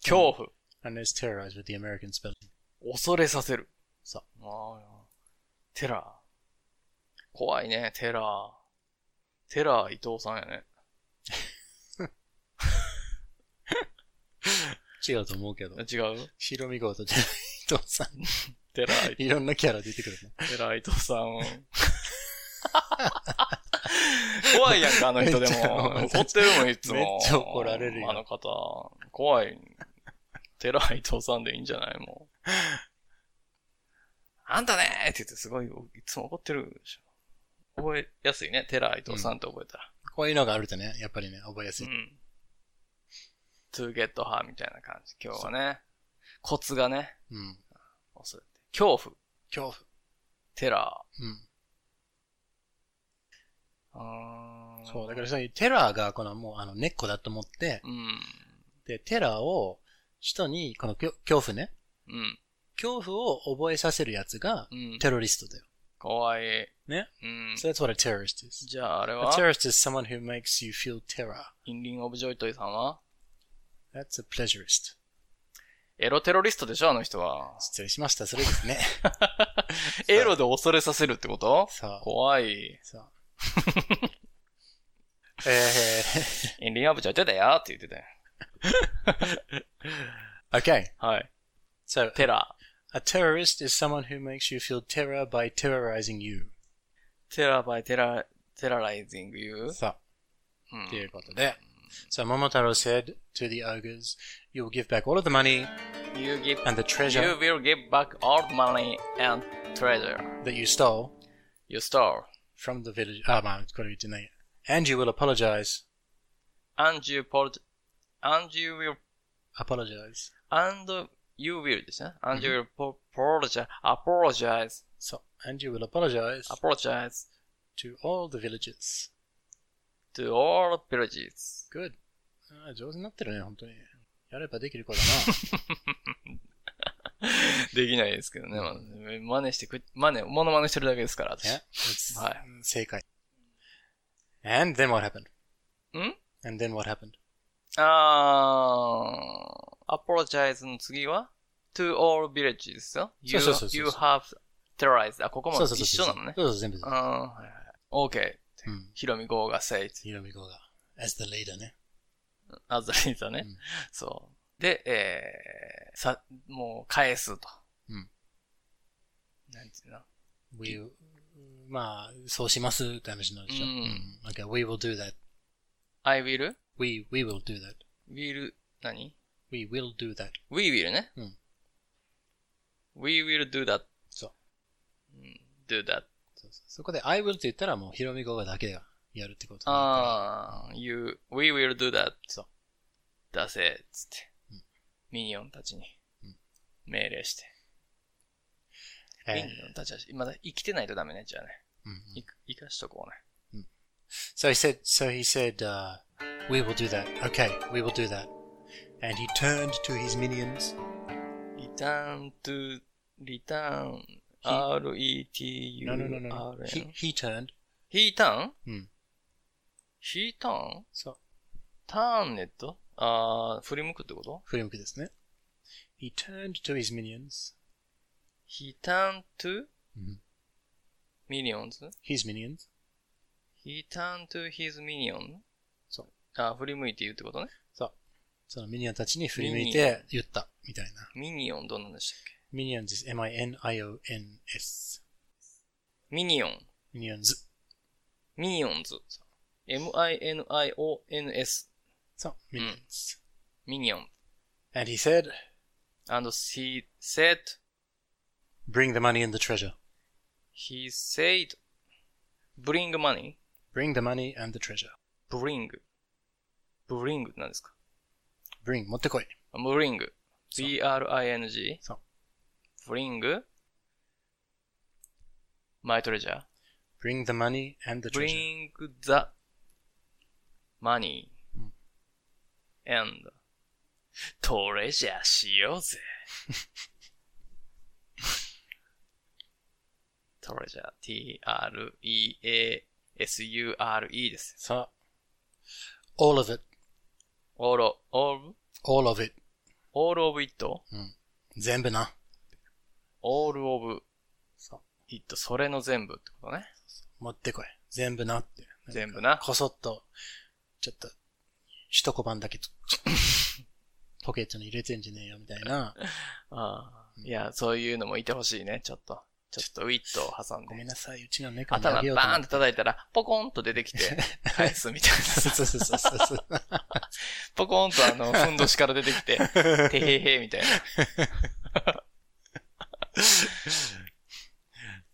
Speaker 1: ー。恐怖。
Speaker 6: And there's terrorize with the American spelling.
Speaker 1: 恐れさせる。。
Speaker 6: そう
Speaker 1: ああ。テラー。怖いね、テラー。テラー伊藤さんやね。
Speaker 6: 違うと思うけど。
Speaker 1: 違う
Speaker 6: 白身号とテラ伊藤さん。
Speaker 1: テラー、
Speaker 6: いろんなキャラ出てくる ね。
Speaker 1: テラー伊藤さ んを。怖いやんか、あの人で
Speaker 6: めっちゃ
Speaker 1: も。怒ってるもん、いつも。
Speaker 6: めっちゃ怒られるよ
Speaker 1: あの方。怖い。テラー伊藤さんでいいんじゃないもう。あんたねーって言ってすごい、いつも怒ってるでしょ。覚えやすいね、テラー伊藤さんって覚えたら。
Speaker 6: こういうのがあるとね、やっぱりね、覚えやすい。
Speaker 1: うん。to get her みたいな感じ。今日はね。コツがね、
Speaker 6: うん。
Speaker 1: 恐れて。恐怖、
Speaker 6: 恐怖。
Speaker 1: テラ
Speaker 6: うん。
Speaker 1: ー。あー
Speaker 6: そう、だからそういうテラーがこのもうあの根っこだと思って、
Speaker 1: うん。
Speaker 6: で、テラーを人に、この恐恐怖ね、
Speaker 1: うん。
Speaker 6: 恐怖を覚えさせるやつが
Speaker 1: うん。
Speaker 6: テロリストだよ。
Speaker 1: かわいい。
Speaker 6: ね。
Speaker 1: うん。
Speaker 6: So that's what a terrorist is.
Speaker 1: じゃああれ
Speaker 6: A
Speaker 1: は、
Speaker 6: terrorist is someone who makes you feel terror.
Speaker 1: インリン・オブ・ジョイトイさんは
Speaker 6: That's a pleasurist.
Speaker 1: エロテロリストでしょあの人 は。
Speaker 6: 失礼しました。それで すね。
Speaker 1: エロで恐れさせるってこと
Speaker 6: そう。
Speaker 1: 怖い。
Speaker 6: そう。えー
Speaker 1: インリン・オブ・ジョイトイだよって言ってたよ。
Speaker 6: okay.
Speaker 1: はい。
Speaker 6: So,
Speaker 1: テラ
Speaker 6: a terrorist is someone who makes you feel terror by terrorizing you.
Speaker 1: ー。テラーバイテラ、テラライズングユー。
Speaker 6: そう。
Speaker 1: う
Speaker 6: とい
Speaker 1: ん。
Speaker 6: うことで。So Momotaro said to the ogres, You will give back all of the money
Speaker 1: You give
Speaker 6: and the
Speaker 1: You
Speaker 6: treasure
Speaker 1: will give back all the money and treasure
Speaker 6: that you stole
Speaker 1: you stole,
Speaker 6: from the village. Ah, man, it's got to be tonight. And you will apologize.
Speaker 1: and you pol- and you will
Speaker 6: Apologize.
Speaker 1: and you will ですね。and you will po- apologize, apologize,
Speaker 6: So, and you will apologize
Speaker 1: apologize
Speaker 6: to all the villagers.
Speaker 1: to all villages.
Speaker 6: Good. Ah, ああ、上手になってるね、本当に。やればできる子だな。
Speaker 1: できないですけどね。まあ真似してく、真似、モノマネしてるだけですから、私。
Speaker 6: ね It's-
Speaker 1: はい
Speaker 6: 正解。And then what happened?
Speaker 1: ん
Speaker 6: And then what happened?
Speaker 1: あー、apologize の次は to all villages ですよ。You,
Speaker 6: そうそうそうそう
Speaker 1: you have terrorized. あ、ここも
Speaker 6: そうそうそう
Speaker 1: 一緒なのね。
Speaker 6: そうそう、全部で
Speaker 1: う
Speaker 6: す
Speaker 1: ん、。はいはい。OK.
Speaker 6: うん。
Speaker 1: ヒロミ go が say it.
Speaker 6: ヒロミコが、as the leader ね。
Speaker 1: あずりだね、
Speaker 6: うん
Speaker 1: そう。で、えー、さ、もう返すと。
Speaker 6: うん。
Speaker 1: なんていうの
Speaker 6: We, まあ、そうしますって話になるでしょ。
Speaker 1: うん
Speaker 6: Okay, we will do that.
Speaker 1: ?I will?
Speaker 6: We, we will do that.
Speaker 1: will, 何
Speaker 6: We will do that.
Speaker 1: ?we will ね。
Speaker 6: うん
Speaker 1: we will do that.
Speaker 6: そう
Speaker 1: うん。do that.
Speaker 6: そうそうそこで I will って言ったらもうヒロミゴがだけがやるってことにな
Speaker 1: ああ、you, we will do that.
Speaker 6: そう
Speaker 1: 出せ、つって。ミニオンたちに
Speaker 6: うん。
Speaker 1: 命令して。
Speaker 6: ってる
Speaker 1: ミ
Speaker 6: えー
Speaker 1: ニオンたちは、まだ生きてないとダメね、じゃあね。
Speaker 6: うんうん
Speaker 1: い生かしとこうね。
Speaker 6: So he said, so he said, uh, we will do that. Okay, we will do that. And he turned to his minions.
Speaker 1: return to, return, R-E-T-U-R-N。
Speaker 6: No, no, no, no, no. He, he turned.
Speaker 1: ヒーターン
Speaker 6: うん。
Speaker 1: ヒーターン
Speaker 6: So,
Speaker 1: ターンネットあー、振り向くってこと
Speaker 6: 振り向くですね。He turned to his minions.
Speaker 1: ?he turn to
Speaker 6: うん
Speaker 1: minions?
Speaker 6: His minions.
Speaker 1: he turn to his minion?
Speaker 6: そう。
Speaker 1: あー、振り向いて言うってことね。
Speaker 6: そう。そのミニオンたちに振り向い
Speaker 1: ミニ
Speaker 6: て言った、みたいな。
Speaker 1: ミニオンどんなんでしたっ
Speaker 6: minions is M-I-N-I-O-N-S.
Speaker 1: けミニオン。
Speaker 6: minions.
Speaker 1: ミニオンズ。m-i-n-i-o-n-s。
Speaker 6: So, minions.
Speaker 1: ミニオン。
Speaker 6: And he said,
Speaker 1: and he said,
Speaker 6: bring the money and the treasure.
Speaker 1: he said, bring money,
Speaker 6: Bring the money and the treasure.
Speaker 1: bring, bring なんですか
Speaker 6: Bring, 持ってこい。
Speaker 1: bring,
Speaker 6: そう
Speaker 1: b-r-i-n-g,
Speaker 6: そう
Speaker 1: bring, my treasure,
Speaker 6: Bring the money and the treasure.
Speaker 1: bring the money, and treasure しようぜ。treasure, t-r-e-a-s-u-r-e です。
Speaker 6: So, all of it.
Speaker 1: all of, all,
Speaker 6: All of it.
Speaker 1: all of it, all
Speaker 6: 全部な。
Speaker 1: of
Speaker 6: そ
Speaker 1: it, それの全部ってことね。
Speaker 6: う。持ってこい。全部なって。
Speaker 1: 全部な
Speaker 6: こそっと、ちょっと、一小判だけ、ちょポケットに入れてんじゃねえよ、みたいな。
Speaker 1: ああ。いや、そういうのもいてほしいね、ちょっと。ちょっとウィットを挟ん
Speaker 6: ごめ
Speaker 1: で
Speaker 6: ん。なさい、うちの猫に
Speaker 1: 頭バ
Speaker 6: あげようと
Speaker 1: ーンっ
Speaker 6: 思ってて。
Speaker 1: 叩いたら、ポコンと出てき て、返すみたいな。
Speaker 6: そうそうそうそうそう。
Speaker 1: ポコンとあの、ふんどしから出てき て、てへへみたいな。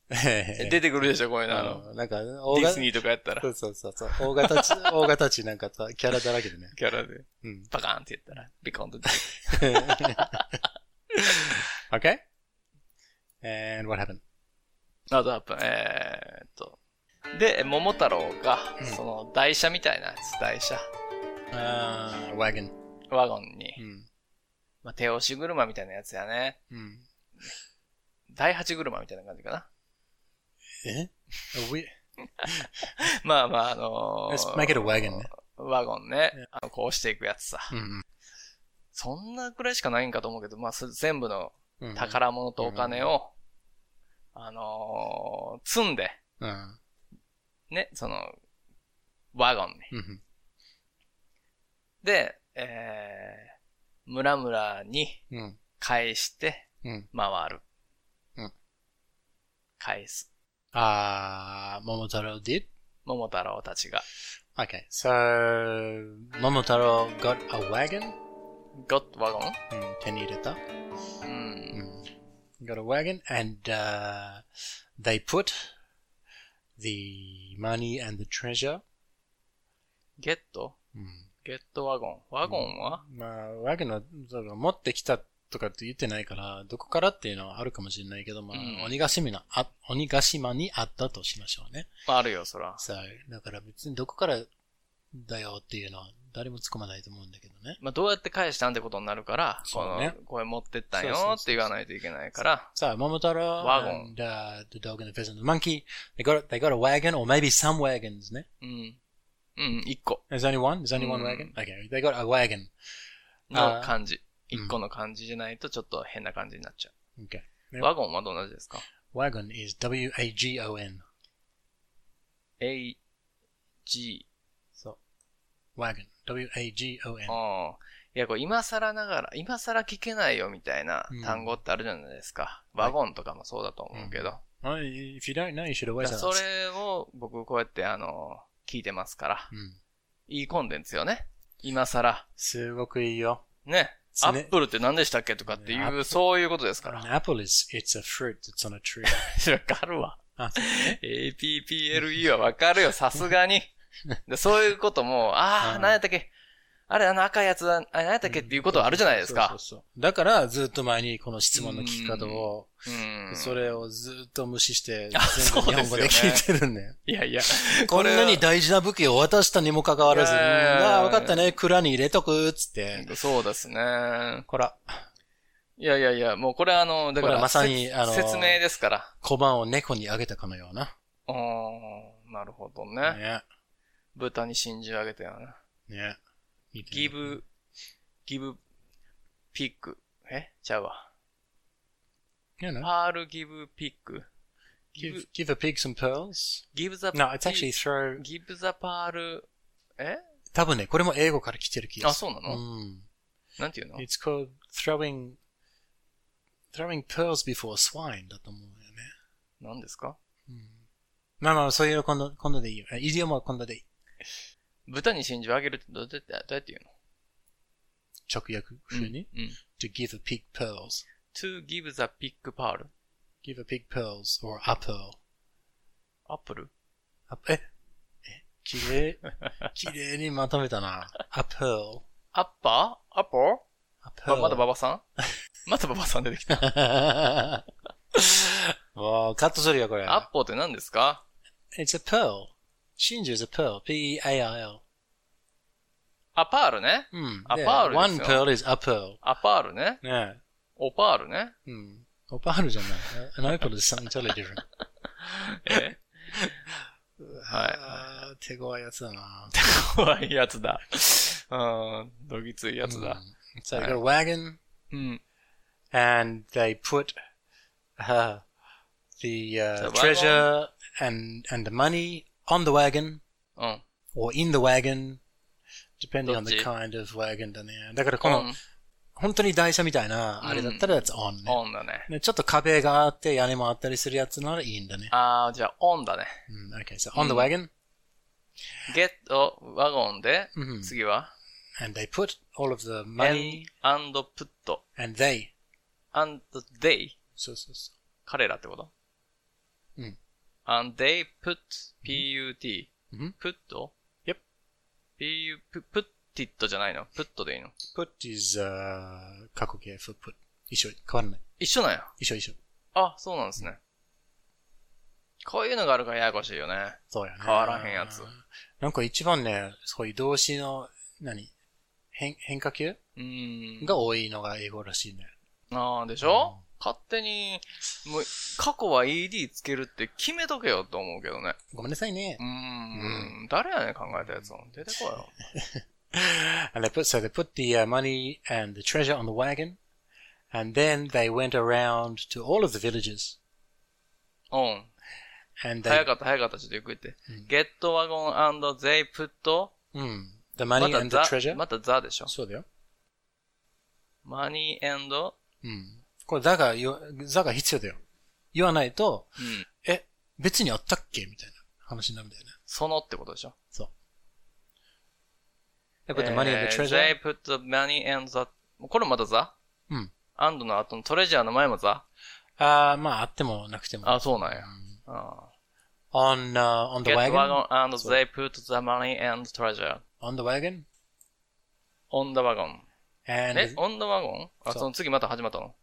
Speaker 6: え
Speaker 1: 出てくるでしょ、こういうの。あの、
Speaker 6: あの、なんか、
Speaker 1: デ
Speaker 6: 大
Speaker 1: ィ
Speaker 6: 型
Speaker 1: ズ、ニーとかやったら
Speaker 6: そ、うそうそうそう、大 型ち、大型ちなんかさ、キャラだらけでね。
Speaker 1: キャラで、
Speaker 6: うん。
Speaker 1: バカーンって言ったら、ビコンと出て
Speaker 6: okay? And what happened?
Speaker 1: あとアップ、えーっと。で、桃太郎が
Speaker 6: う、ん
Speaker 1: その、台車みたいなやつ、台車。
Speaker 6: Uh, wagon.
Speaker 1: ワゴンに、
Speaker 6: うん。
Speaker 1: まあ、手押し車みたいなやつやね。
Speaker 6: うん。
Speaker 1: 第八車みたいな感じかな。
Speaker 6: え a we-
Speaker 1: まあまあ、あのー
Speaker 6: Let's make it a wagon ね。
Speaker 1: ワゴンね。あの、こう押していくやつさ。
Speaker 6: うん
Speaker 1: そんなくらいしかないんかと思うけど、まあ、す全部の
Speaker 6: うん。
Speaker 1: 宝物とお金を、あのー積んで、
Speaker 6: うん。
Speaker 1: ね、その、ワゴンに。
Speaker 6: うん。
Speaker 1: で、えー、村々に
Speaker 6: うん。
Speaker 1: 返して
Speaker 6: うん。
Speaker 1: 回る。
Speaker 6: うん
Speaker 1: 返す。
Speaker 6: Ah, Momotaro did?
Speaker 1: 桃太郎たちが、
Speaker 6: Okay, so, Momotaro got a wagon?
Speaker 1: got ワゴン
Speaker 6: うん、手に入れた。
Speaker 1: う。
Speaker 6: うんん。Got a wagon and, uh, they put the money and the treasure.
Speaker 1: ゲット
Speaker 6: うん。
Speaker 1: ゲットワゴン。ワゴンは、
Speaker 6: まあ、ワーゲンは、だから持ってきたとかって言ってないから、どこからっていうのはあるかもしれないけど、まあ、
Speaker 1: うん
Speaker 6: 鬼ヶ島にあ、鬼ヶ島にあったとしましょうね。
Speaker 1: まあ、あるよ、そら。
Speaker 6: さあ、だから別にどこからだよっていうのは誰も突っ込まないと思うんだけどね。
Speaker 1: まあ、どうやって返したんってことになるから、
Speaker 6: そ
Speaker 1: こ
Speaker 6: うね
Speaker 1: の、これ持ってったん
Speaker 6: そうそうそう
Speaker 1: よって言わないといけないから、
Speaker 6: さあ、桃太郎、
Speaker 1: ワゴン
Speaker 6: and, uh, the dog and the pheasant, the monkey, they got, a, they got a wagon or maybe some wagons ね。
Speaker 1: うん。うん、一個
Speaker 6: There's only one? There's only one
Speaker 1: うん
Speaker 6: wagon? Okay, they got a wagon.
Speaker 1: の
Speaker 6: あー
Speaker 1: 漢字。
Speaker 6: うん
Speaker 1: 一個の漢字じゃないとちょっと変な感じになっちゃ
Speaker 6: Okay.
Speaker 1: う。ワゴンはどんな字ですか
Speaker 6: Wagon is W-A-G-O-N.
Speaker 1: ?A, G,
Speaker 6: そう。wagon. W-A-G-O-N.
Speaker 1: うん。いや、これ今更ながら、今更聞けないよみたいな
Speaker 6: うん
Speaker 1: 単語ってあるじゃないですか。
Speaker 6: は
Speaker 1: ワ
Speaker 6: い
Speaker 1: ゴンとかもそうだと思うけど。
Speaker 6: Well, if you don't know, you should
Speaker 1: だ
Speaker 6: always
Speaker 1: から
Speaker 6: ask.
Speaker 1: それを僕こうやってあの、聞いてますから。
Speaker 6: うん。
Speaker 1: いいコンテンツよね。今更。
Speaker 6: すごくいいよ。
Speaker 1: ね。
Speaker 6: 常
Speaker 1: アップルって何でしたっけとかって
Speaker 6: ねアッ
Speaker 1: い
Speaker 6: プ
Speaker 1: う、そういうことですか
Speaker 6: An
Speaker 1: ら。
Speaker 6: apple is, it's a fruit that's on a tree.
Speaker 1: わかるわ。
Speaker 6: あ
Speaker 1: APPLE はわか るよ、さすがに。でそういうことも、あ
Speaker 6: う
Speaker 1: あ、
Speaker 6: ん
Speaker 1: 何やったっけ。あれ、あの赤いやつは、あれ何やったっけっていうことはあるじゃないです
Speaker 6: そ
Speaker 1: か
Speaker 6: う。そうそうだから、ずっと前にこの質問の聞き方を、
Speaker 1: うん。
Speaker 6: それをずっと無視して、
Speaker 1: あ
Speaker 6: 全部日本語で
Speaker 1: そうですよね
Speaker 6: 聞いてるんだよ。
Speaker 1: いや いや。
Speaker 6: こん
Speaker 1: れは
Speaker 6: なに大事な武器を渡したにもかかわらず、
Speaker 1: いやいやいやいや
Speaker 6: ああ、わかったね、蔵に入れとく、つって。
Speaker 1: そうですね。
Speaker 6: こら。
Speaker 1: いやいやいや、もうこれはあの、だか
Speaker 6: これ
Speaker 1: ら、
Speaker 6: はまさに
Speaker 1: せ
Speaker 6: あの
Speaker 1: 説明ですから。
Speaker 6: 小判を猫にあげたかのような。
Speaker 1: うーん、なるほどね。
Speaker 6: ね。
Speaker 1: 豚に信じ上げたような。
Speaker 6: ね。見て
Speaker 1: ギブ、ギブ、ピック。えちゃうわ。
Speaker 6: You know,
Speaker 1: パールギブピック。ギ
Speaker 6: give,
Speaker 1: ブ、
Speaker 6: give a pig some pearls.
Speaker 1: ギブザ、
Speaker 6: No, it's actually throw.
Speaker 1: ギブザパール、え
Speaker 6: 多分ね、これも英語から来てる気が
Speaker 1: あ、
Speaker 6: す
Speaker 1: そうな
Speaker 6: る。
Speaker 1: の、
Speaker 6: うん。
Speaker 1: なんていうの
Speaker 6: It's called throwing, throwing pearls before swine だと思うよね。
Speaker 1: 何ですか
Speaker 6: まあまあ、そういうの今度、今度でいいよ。イディオムは今度でいい。
Speaker 1: 豚に真珠をあげるってどうやって、どうやって言
Speaker 6: 直訳
Speaker 1: うの
Speaker 6: 風に、
Speaker 1: うん。うん
Speaker 6: to give a pig pearls.
Speaker 1: to give the pig pearl.
Speaker 6: Give a pig pearls or a pearl.
Speaker 1: アップル
Speaker 6: あええ綺 麗。綺麗にまとめたな。a pearl.
Speaker 1: アッパーアッポ
Speaker 6: A
Speaker 1: ー
Speaker 6: pearl.
Speaker 1: ままだ馬場さん また馬場さん出 てきた。
Speaker 6: もう、カットするよ、これ。
Speaker 1: アッポーって何ですか
Speaker 6: It's a pearl. 真珠 is a pearl. P-A-R-L.
Speaker 1: アパールね。
Speaker 6: うん。
Speaker 1: あ
Speaker 6: で
Speaker 1: パールです
Speaker 6: Hmm,
Speaker 1: よ
Speaker 6: One pearl is a pearl. Hmm.
Speaker 1: アパールね。
Speaker 6: ね
Speaker 1: オパールね。
Speaker 6: え。うん。おパールじゃない。An opal is something totally different.
Speaker 1: え
Speaker 6: はい。手強いやつだな。
Speaker 1: 怖いやつだ。うん、どぎついやつだ。
Speaker 6: うん So you got a wagon,
Speaker 1: うん。
Speaker 6: and they put uh, the uh,
Speaker 1: The
Speaker 6: treasure and and the money on the wagon
Speaker 1: うん。
Speaker 6: or in the wagon, depending on
Speaker 1: どっ
Speaker 6: the
Speaker 1: ち
Speaker 6: kind of wagon だね。だからこ
Speaker 1: オ
Speaker 6: の、
Speaker 1: ン、
Speaker 6: 本当に台車みたいな、あれだったら that's on ね。
Speaker 1: オンだね。
Speaker 6: ねちょっと壁があって屋根もあったりするやつならいいんだね。
Speaker 1: あー、じゃあ、オンだね。
Speaker 6: うん、okay, so on the wagon,
Speaker 1: ゲット、ワゴンで
Speaker 6: う、ん
Speaker 1: 次は、
Speaker 6: and they put all of the
Speaker 1: ア
Speaker 6: money,
Speaker 1: ン、アンドプット、
Speaker 6: and they,
Speaker 1: アンドデイ、
Speaker 6: そうそうそ
Speaker 1: 彼らってこと
Speaker 6: うん。
Speaker 1: and they put, put,
Speaker 6: うん
Speaker 1: put?
Speaker 6: Yep.
Speaker 1: pu, put it じゃないの ?put でいいの
Speaker 6: う。put is, uh, 過去形 for put. 一緒、変わらない。
Speaker 1: 一緒なんや。
Speaker 6: 一緒一緒。
Speaker 1: あ、そうなんですね。こういうのがあるからややこしいよね。
Speaker 6: そうやね。
Speaker 1: 変わらへんやつ。
Speaker 6: なんか一番ね、そういう動詞の、何変、変化球
Speaker 1: うーん。
Speaker 6: が多いのが英語らしいね。
Speaker 1: ああ、でしょ、勝手に、もう、過去は ED つけるって決めとけよと思うけどね。
Speaker 6: ごめんなさいね
Speaker 1: う。ーん。誰やねん考えたやつは。出てこいよ。
Speaker 6: and they put so they put the uh, money and the treasure on the wagon, and then they went around to all of the villages
Speaker 1: うん。
Speaker 6: and they
Speaker 1: 早かった早かった。ちょっとゆっくり言って。ゲットワゴン and they put
Speaker 6: mm, the
Speaker 1: ま
Speaker 6: money
Speaker 1: た
Speaker 6: and the
Speaker 1: ザ
Speaker 6: treasure.
Speaker 1: またザでしょ。
Speaker 6: そうだよ。
Speaker 1: マニー and
Speaker 6: うん。これ、だが、よざが必要だよ。言わないと、
Speaker 1: うん
Speaker 6: え、別にあったっけみたいな話になるんだよね。
Speaker 1: そのってことでしょ。
Speaker 6: They put the money and the
Speaker 1: え
Speaker 6: treasure.
Speaker 1: Eh, They put the money and the これまたザ
Speaker 6: うん。
Speaker 1: and の後のトレジャーの前もザ
Speaker 6: あーまあ、あってもなくても。
Speaker 1: あ、そうなんや。あ
Speaker 6: on,、uh, on
Speaker 1: ー
Speaker 6: the
Speaker 1: Oh. Get
Speaker 6: wagon.
Speaker 1: wagon and they put the money and treasure
Speaker 6: On the wagon.
Speaker 1: on the wagon. え
Speaker 6: And,
Speaker 1: ?on the wagon? あ、
Speaker 6: そう
Speaker 1: その次また始まったの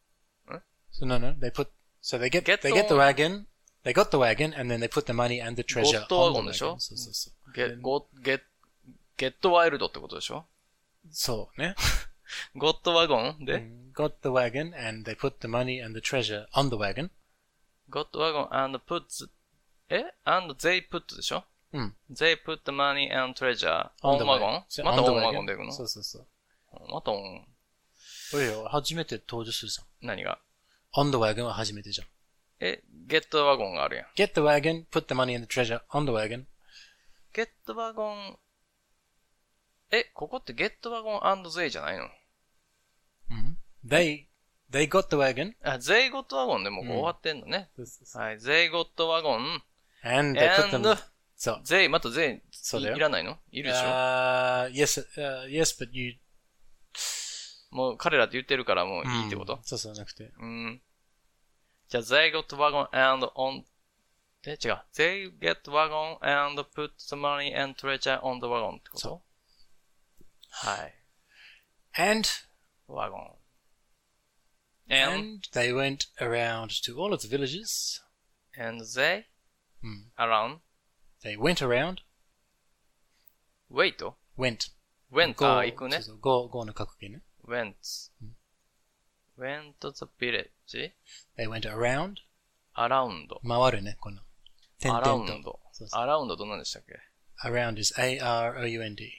Speaker 6: so no, no, they put, so they get,
Speaker 1: Get
Speaker 6: they get the
Speaker 1: on-
Speaker 6: wagon. They got the wagon and then they put the money and the
Speaker 1: Got
Speaker 6: treasure on the
Speaker 1: wagon でしょ
Speaker 6: wagon. そうそうそう。
Speaker 1: get, go, get, get wild ってことでしょ
Speaker 6: そうね。
Speaker 1: ?got wagon で、
Speaker 6: got the wagon and they put the money and the treasure on the wagon.
Speaker 1: got wagon and put, え ?and they put でしょ
Speaker 6: うん
Speaker 1: they put the money and treasure
Speaker 6: On
Speaker 1: on wagon?
Speaker 6: the wagon.
Speaker 1: また
Speaker 6: On the
Speaker 1: on
Speaker 6: wagon
Speaker 1: wagon でいくの
Speaker 6: そうそうそう。
Speaker 1: また on,
Speaker 6: おいよ、初めて登場するじ
Speaker 1: 何が
Speaker 6: ゃん。on the wagon は初めてじゃん。
Speaker 1: え、get wagon があるやん。
Speaker 6: get the wagon, put the money and the treasure on the wagon.
Speaker 1: get wagon, え、ここって get wagon and they じゃないの
Speaker 6: Mm-hmm. they, they got the wagon.
Speaker 1: あ、they got wagon でもうこう終わってんのね。はい、they got wagon,
Speaker 6: and they put
Speaker 1: And-
Speaker 6: them, そう。
Speaker 1: they, また they
Speaker 6: そうだよ
Speaker 1: いいらないのいるでしょ
Speaker 6: Uh, yes, uh, yes, but you...
Speaker 1: もう彼らって言ってるからもういいってこと、
Speaker 6: そうそう、なくて。
Speaker 1: うん、じゃあ、they got wagon and on, え、違う。they get wagon and put the money and treasure on the wagon ってこと
Speaker 6: そ
Speaker 1: はい。
Speaker 6: And,
Speaker 1: ワゴン。and,
Speaker 6: and they went around to all of the villages.
Speaker 1: and they
Speaker 6: うん
Speaker 1: around
Speaker 6: They went around,
Speaker 1: wait,
Speaker 6: went.
Speaker 1: went, ah, あ、行くね
Speaker 6: そう。そう go, go の過去形ね。
Speaker 1: went, went to the village
Speaker 6: They went around.
Speaker 1: around.
Speaker 6: 回るね、この。点々と
Speaker 1: around
Speaker 6: そう。そう
Speaker 1: around どんなんでしたっ
Speaker 6: around is A-R-O-U-N-D.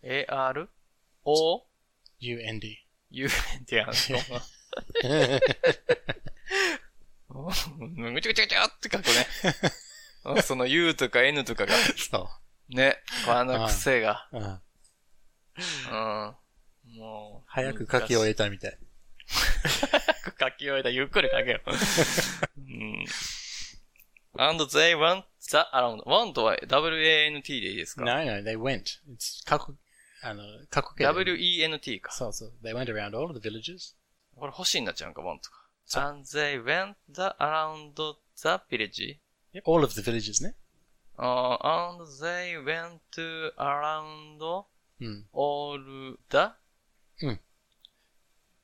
Speaker 1: け ?ar, o,
Speaker 6: U-N-D.
Speaker 1: u, ってやんのぐちゃぐちゃぐちゃって書くね。その u とか n とかが。
Speaker 6: そ
Speaker 1: ね。あの癖が。
Speaker 6: う。うん。
Speaker 1: うん。もう。
Speaker 6: 早く書き終えたみたい。
Speaker 1: 早く書き終えた。ゆっくり書けよ。うん。and they went the around. want は w-a-n-t でいいですか
Speaker 6: No, no, they went. It's 過去、あの、過去形で。
Speaker 1: ?w-e-n-t か。
Speaker 6: そうそう。They went around all of the villages.
Speaker 1: これ星になっちゃうんか、want か。and they went the around the village.
Speaker 6: All of the villages ね。
Speaker 1: Uh, and they went to around
Speaker 6: うん。
Speaker 1: all the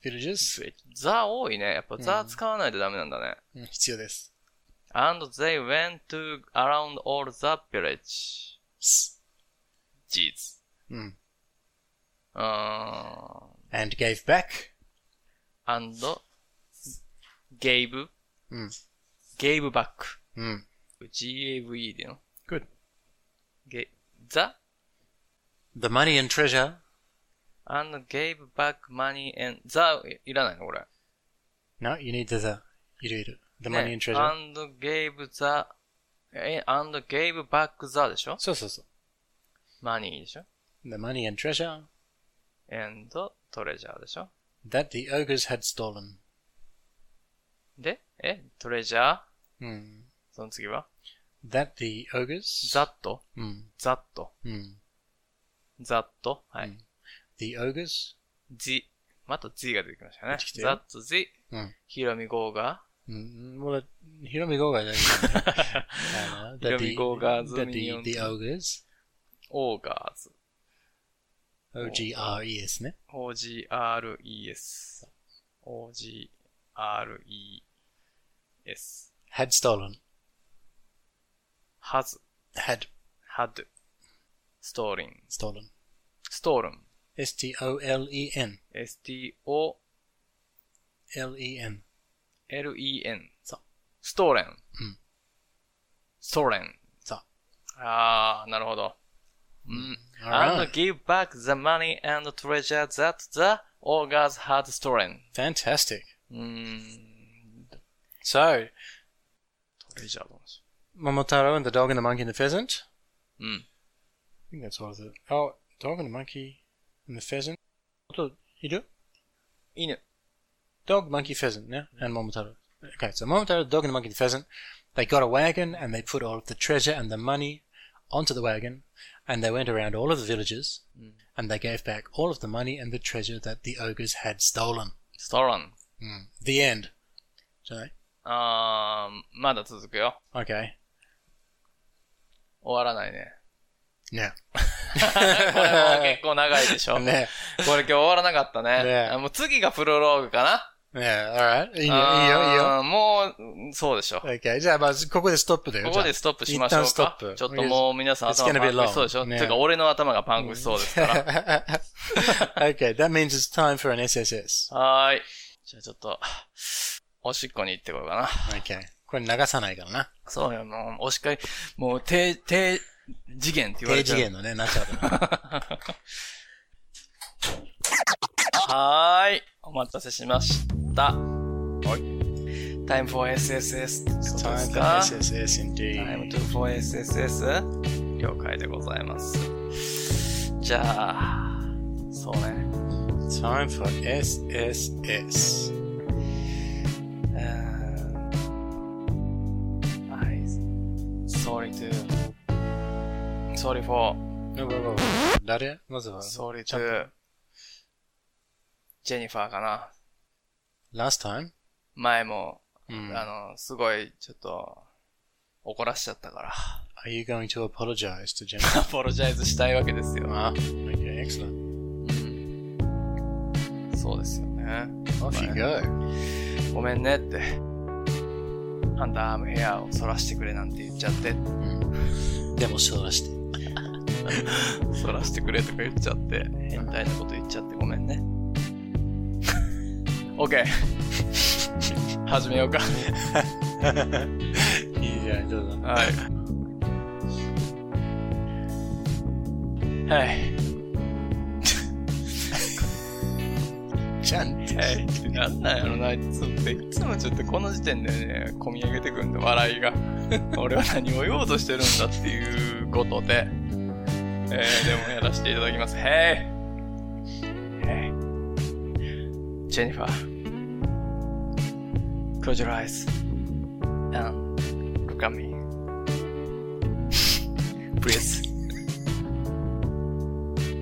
Speaker 6: villages?
Speaker 1: village. the 多いね。やっぱ the 使わないとダメなんだね。
Speaker 6: うん、必要です。
Speaker 1: And they went to around all the village.
Speaker 6: す
Speaker 1: Jeez.
Speaker 6: うん。
Speaker 1: Uh,
Speaker 6: and gave back.
Speaker 1: and gave,
Speaker 6: うん。
Speaker 1: gave back.
Speaker 6: うん。
Speaker 1: G-A-V-E での。
Speaker 6: Hmm. Good.
Speaker 1: Ga- the
Speaker 6: The money and treasure.
Speaker 1: and gave back money and the いらないのこれ。
Speaker 6: No, you need the, the. いるいる。The
Speaker 1: ね
Speaker 6: money and treasure.
Speaker 1: And gave the, え、and gave back the でしょ
Speaker 6: そうそうそう。
Speaker 1: ?money でしょ
Speaker 6: The money and treasure
Speaker 1: and treasure でしょ
Speaker 6: that the ogres had stolen.
Speaker 1: で、え、treasure?
Speaker 6: うん。
Speaker 1: その次は
Speaker 6: Hmm. That the ogres. Hmm,
Speaker 1: ?that?
Speaker 6: うん。
Speaker 1: that?
Speaker 6: うん。
Speaker 1: that? はい。
Speaker 6: The ogres.
Speaker 1: the また the が出てきましたね
Speaker 6: 出てき。たよ
Speaker 1: that the
Speaker 6: うん。
Speaker 1: ひろみ号が
Speaker 6: うん。もう、ヒロミゴーガーじゃない
Speaker 1: ヒロミゴーガーズ
Speaker 6: That
Speaker 1: ミニオ
Speaker 6: the,
Speaker 1: ン
Speaker 6: the ogres.
Speaker 1: オーガーズ
Speaker 6: O-G-R-E-S ね。
Speaker 1: OGRES OGRES
Speaker 6: had stolen.
Speaker 1: has
Speaker 6: had
Speaker 1: had stolen
Speaker 6: stolen.
Speaker 1: stolen
Speaker 6: S-T-O-L-E-N.
Speaker 1: S-T-O-L-E-N
Speaker 6: L-E-N.
Speaker 1: N
Speaker 6: そう
Speaker 1: stolen
Speaker 6: うん。
Speaker 1: stolen
Speaker 6: そう
Speaker 1: あー、なるほど。うん。And
Speaker 6: Alright.
Speaker 1: give back the money and treasure that the ogres had stolen.
Speaker 6: Fantastic.
Speaker 1: うーん。
Speaker 6: So,
Speaker 1: トレジャーの話。
Speaker 6: Momotaro and the dog and the monkey and the pheasant.
Speaker 1: うん。
Speaker 6: I think that's all of it. Oh, dog and the monkey and the pheasant. What do you do?
Speaker 1: 犬。
Speaker 6: Dog, monkey, pheasant, yeah? And Momotaro. Okay, so Momotaro, the dog and the monkey and the pheasant, they got a wagon and they put all of the treasure and the money onto the wagon and they went around all of the villages and they gave back all of the money and the treasure that the ogres had stolen.
Speaker 1: stolen.
Speaker 6: Mm. The end. So,
Speaker 1: あー、まだ続くよ。
Speaker 6: okay.
Speaker 1: 終わらないね。
Speaker 6: Yeah.
Speaker 1: これもう結 構長いでしょ。
Speaker 6: ね。
Speaker 1: これ今日終わらなかったね。
Speaker 6: ね
Speaker 1: あもう次がプロローグかな。
Speaker 6: Yeah, alright. いいよ、いいよ、いいよ。
Speaker 1: あーもう、そうでしょ。
Speaker 6: Okay, じゃあまずここでストップだよ。
Speaker 1: ここで
Speaker 6: じ
Speaker 1: ストップしましょう
Speaker 6: 一旦スト
Speaker 1: か
Speaker 6: ッ。プ
Speaker 1: ちょっともう皆さん
Speaker 6: It's gonna
Speaker 1: 頭
Speaker 6: be
Speaker 1: パンクしそうでしょ。
Speaker 6: long. ね
Speaker 1: てか俺の頭がパンクしそうです
Speaker 6: ゃ
Speaker 1: か
Speaker 6: あ okay, that means it's time for an SSS.
Speaker 1: ら。 はーい。じゃあちょっと、おしっこに行ってこようかな。
Speaker 6: Okay. これ流さないからな。
Speaker 1: そうよ、もう、おしっこい、もう、低、低次元って言われちゃ
Speaker 6: 低次
Speaker 1: う。
Speaker 6: 元のね、なっちゃう から。
Speaker 1: はーい。お待たせしました。はい。time for SSS ってことです
Speaker 6: Time for
Speaker 1: か
Speaker 6: SSS
Speaker 1: time
Speaker 6: indeed.
Speaker 1: to for SSS? 了解でございます。じゃあ、そうね。
Speaker 6: Time for SSS.
Speaker 1: うーん I, sorry to, sorry for,
Speaker 6: うわうわうわ誰まずは、
Speaker 1: sorry
Speaker 6: ちゃんと
Speaker 1: to, ジェニファーかな。
Speaker 6: last time?
Speaker 1: 前も、
Speaker 6: うん
Speaker 1: あの、すごい、ちょっと、怒らしちゃったから、
Speaker 6: Are you going to apologize to Jenny?
Speaker 1: アポロジャイズしたいわけですよ。
Speaker 6: ah, okay, excellent.
Speaker 1: そうですよね。
Speaker 6: Off you go.
Speaker 1: ごめんねって。アンダーアームヘアを反らしてくれなんて言っちゃって、
Speaker 6: でも、そうらして。
Speaker 1: 反らしてくれとか言っちゃって、変態なこと言っちゃってごめんね。 OK。始めようか。
Speaker 6: いいじゃん、どうぞ。
Speaker 1: はい。はい。
Speaker 6: ちゃんと。
Speaker 1: なんなんやろな、いつもって。いつもちょっとこの時点でね、込み上げてくるんで、笑いが。俺は何を言おうとしてるんだっていうことで、えー、でもやらせていただきます。へいへいジェニファー。Close your eyes and look at me. Please.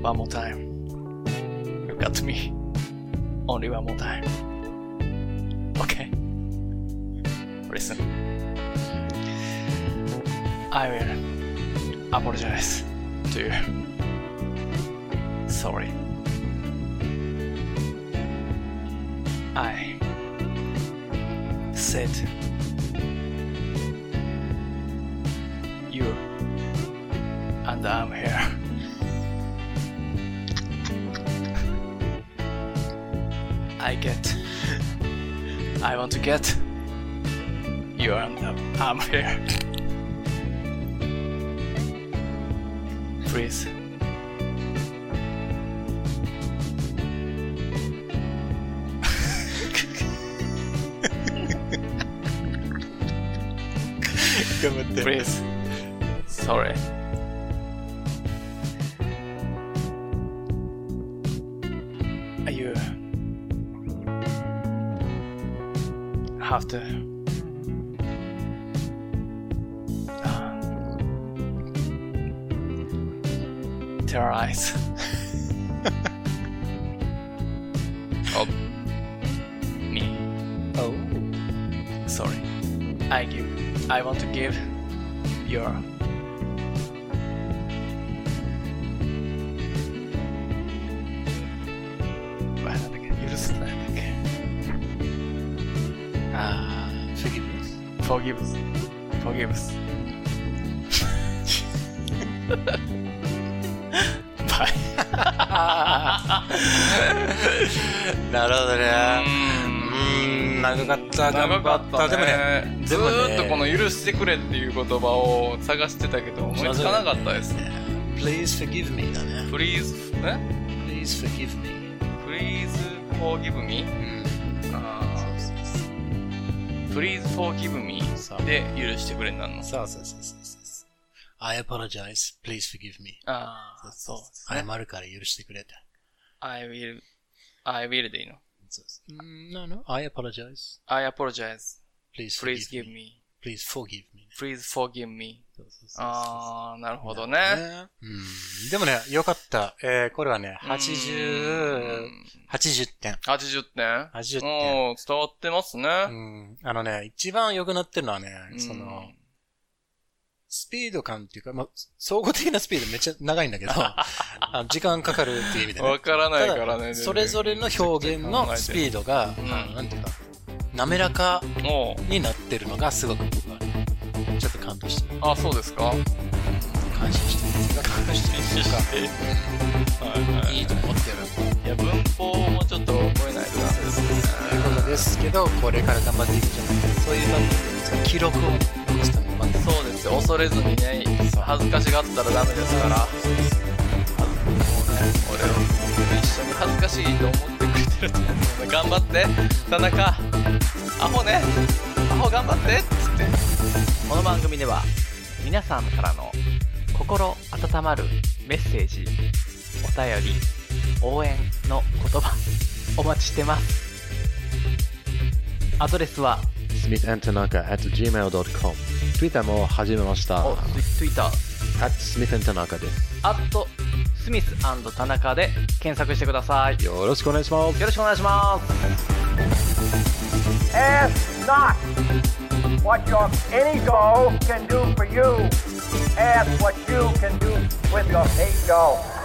Speaker 1: One more time. Look at me. Only one more time. Okay. Listen. I will apologize to you. Sorry. I said you and I'm here. I get. I want to get. You are the I'm here. Please. Please. Sorry. Are you uh, have to uh, terrorize of me. Oh,
Speaker 6: Oh.
Speaker 1: Sorry. I give. I want to give your Well, I think I- you just- I think- Ah, forgive us. Forgive us. Bye.
Speaker 6: なるほどね。うーん、長かった。
Speaker 1: 長かった
Speaker 6: でもね、
Speaker 1: ねず
Speaker 6: でもね
Speaker 1: ーっとこの「許してくれ」っていう言葉を探してたけど思いつかなかったですね
Speaker 6: Please forgive me だね。
Speaker 1: Please ね
Speaker 6: Please forgive me.
Speaker 1: Please forgive me
Speaker 6: うん。
Speaker 1: あー Please forgive me
Speaker 6: そう
Speaker 1: で許してくれになるの
Speaker 6: そうそうそうそうそう。I apologize. Please forgive me.
Speaker 1: ああそうですね
Speaker 6: 謝るから許してくれて。
Speaker 1: I will I will でいいの
Speaker 6: そうそううん No, no. I apologize.
Speaker 1: I apologize Please
Speaker 6: Please forgive
Speaker 1: give
Speaker 6: me.
Speaker 1: me
Speaker 6: Please forgive me.
Speaker 1: Please forgive me
Speaker 6: そうそうそう
Speaker 1: ああなるほど
Speaker 6: そう
Speaker 1: ね
Speaker 6: ねうん。でもね、よかった。えー、これはね、
Speaker 1: う
Speaker 6: 80
Speaker 1: ん、
Speaker 6: 80点。
Speaker 1: 80点
Speaker 6: 80点
Speaker 1: おー伝わってます
Speaker 6: う
Speaker 1: ね
Speaker 6: ん。あのね、一番良くなってるのはね、そ
Speaker 1: うん
Speaker 6: の、スピード感っていうか、まあ、総合的なスピードめっちゃ長いん だけど、あの時間かかるっていう意味でね。
Speaker 1: わからないから
Speaker 6: ただ
Speaker 1: ね。
Speaker 6: それぞれの表現のスピードが、
Speaker 1: うん
Speaker 6: あのなんていうか、滑らか
Speaker 1: れ。も
Speaker 6: になってるのがすごく僕はね、ちょっと感動してる。
Speaker 1: う、あ、そうですか。
Speaker 6: 感心してる。感心してるっていうか。
Speaker 1: い
Speaker 6: いいと思ってる。
Speaker 1: や、文法もちょっと覚えないとダメです
Speaker 6: ということですけど、これから頑張っていくじゃないですか。そういう番組その記録を残すために頑張っていく
Speaker 1: ね。そうですよ。恐れずにね、恥ずかしがったらダメですから。もうね、俺を一緒に恥ずかしいと思ってくれてると思うので、頑張って、田中。アホね。アホ頑張って。つって。
Speaker 7: この番組では皆さんからの心温まるメッセージお便り応援の言葉お待ちしてますアドレスは
Speaker 8: smithandtanaka at gmail.com ツイッターも始めました
Speaker 7: お Twitter
Speaker 8: at smithandtanaka です
Speaker 7: アットスミス田中で検索してくださいよ
Speaker 8: よろしくお願いします
Speaker 7: ろしくお願いします
Speaker 4: Ask not what your any goal can do for you. Ask what you can do with your hate goal.